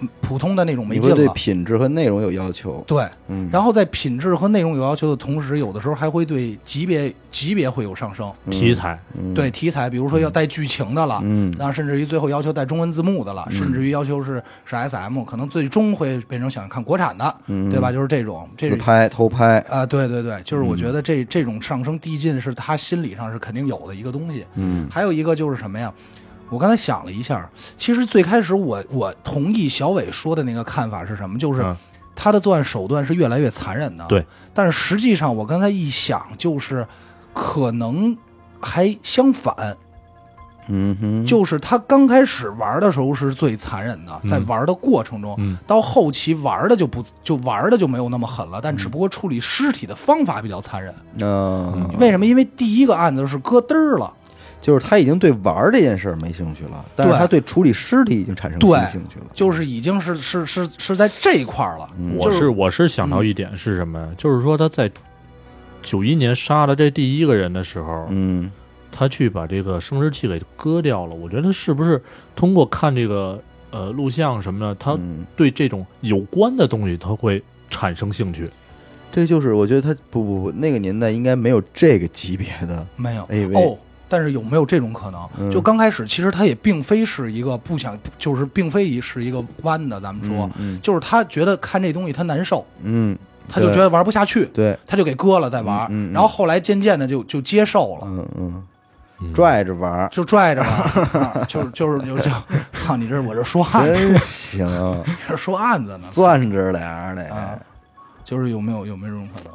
[SPEAKER 3] 嗯普通的那种没
[SPEAKER 2] 你会
[SPEAKER 3] 劲
[SPEAKER 2] 对
[SPEAKER 3] 了。
[SPEAKER 2] 品质和内容有要求，
[SPEAKER 3] 对，
[SPEAKER 2] 嗯，
[SPEAKER 3] 然后在品质和内容有要求的同时，有的时候还会对级别级别会有上升。
[SPEAKER 1] 题材，
[SPEAKER 2] 嗯
[SPEAKER 3] 对题材，比如说要带剧情的了，
[SPEAKER 2] 嗯
[SPEAKER 3] 然后甚至于最后要求带中文字幕的了，甚至于要求是是 S M，可能最终会变成想看国产的，
[SPEAKER 2] 嗯
[SPEAKER 3] 对吧？就是这种这
[SPEAKER 2] 自
[SPEAKER 3] 种
[SPEAKER 2] 拍嗯偷拍，
[SPEAKER 3] 啊、对对对，就是我觉得这、这种上升递进是他心理上是肯定有的一个东西。
[SPEAKER 2] 嗯
[SPEAKER 3] 还有一个就是什么呀？我刚才想了一下，其实最开始我我同意小伟说的那个看法是什么？就是
[SPEAKER 1] 嗯
[SPEAKER 3] 他的作案手段是越来越残忍的。
[SPEAKER 1] 对，
[SPEAKER 3] 但是实际上我刚才一想，就是可能还相反，
[SPEAKER 2] 嗯哼，
[SPEAKER 3] 就是他刚开始玩的时候是最残忍的，在玩的过程中，
[SPEAKER 1] 嗯
[SPEAKER 3] 到后期玩的就不就玩的就没有那么狠了，但只不过处理尸体的方法比较残忍。
[SPEAKER 2] 嗯，
[SPEAKER 3] 为什么？因为第一个案子是咯噔儿了，
[SPEAKER 2] 就是他已经对玩儿这件事儿没兴趣了，但是
[SPEAKER 3] 对
[SPEAKER 2] 他对处理尸体已经产生
[SPEAKER 3] 对
[SPEAKER 2] 新兴趣了。
[SPEAKER 3] 就是已经是是是是在这一块儿了。
[SPEAKER 2] 嗯
[SPEAKER 1] 我是我是想到一点是什么呀？就是说他在九一年杀了这第一个人的时候，
[SPEAKER 2] 嗯
[SPEAKER 1] 他去把这个生殖器给割掉了。我觉得是不是通过看这个呃录像什么的，他
[SPEAKER 2] 嗯，
[SPEAKER 1] 对这种有关的东西他会产生兴趣？
[SPEAKER 2] 这就是我觉得他不不不，那个年代应该没有这个级别的，
[SPEAKER 3] 没有
[SPEAKER 2] 哎喂
[SPEAKER 3] 哦，但是有没有这种可能？
[SPEAKER 2] 嗯
[SPEAKER 3] 就刚开始，其实他也并非是一个不想，就是并非是一个弯的。咱们说，
[SPEAKER 2] 嗯
[SPEAKER 3] 就是他觉得看这东西他难受，
[SPEAKER 2] 嗯，
[SPEAKER 3] 他就觉得玩不下去，
[SPEAKER 2] 对，
[SPEAKER 3] 他就给割了再玩儿。
[SPEAKER 2] 嗯嗯嗯
[SPEAKER 3] 然后后来渐渐的就就接受了，
[SPEAKER 2] 嗯嗯，
[SPEAKER 1] 嗯
[SPEAKER 2] 拽着玩儿，
[SPEAKER 3] 就拽着玩儿啊就是就是就就，操你这我这说案子，
[SPEAKER 2] 真行，
[SPEAKER 3] 这是说案子呢，
[SPEAKER 2] 攥着俩
[SPEAKER 3] 啊
[SPEAKER 2] 得，，
[SPEAKER 3] 就是有没有有没有这种可能？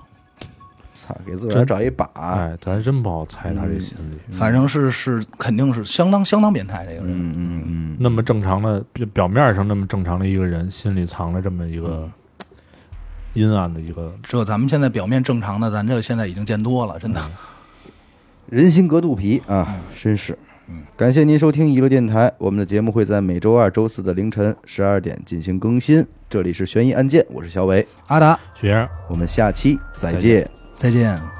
[SPEAKER 2] 操，给自个儿找一把，
[SPEAKER 1] 哎，咱真不好猜他这心理。
[SPEAKER 2] 嗯
[SPEAKER 3] 反正是是肯定是相当相当变态这个人，
[SPEAKER 2] 嗯嗯嗯，
[SPEAKER 1] 那么正常的表表面上那么正常的一个人，心里藏着这么一个
[SPEAKER 2] 嗯
[SPEAKER 1] 阴暗的一个
[SPEAKER 3] 这咱们现在表面正常的，咱这现在已经见多了，真的。
[SPEAKER 2] 人心隔肚皮啊，真是。感谢您收听娱乐电台，我们的节目会在每周二、周四的凌晨十二点进行更新。这里是悬疑案件，我是小伟，
[SPEAKER 3] 阿达，
[SPEAKER 1] 雪儿。
[SPEAKER 2] 我们下期再
[SPEAKER 1] 再
[SPEAKER 2] 见
[SPEAKER 1] 见。
[SPEAKER 3] 再见。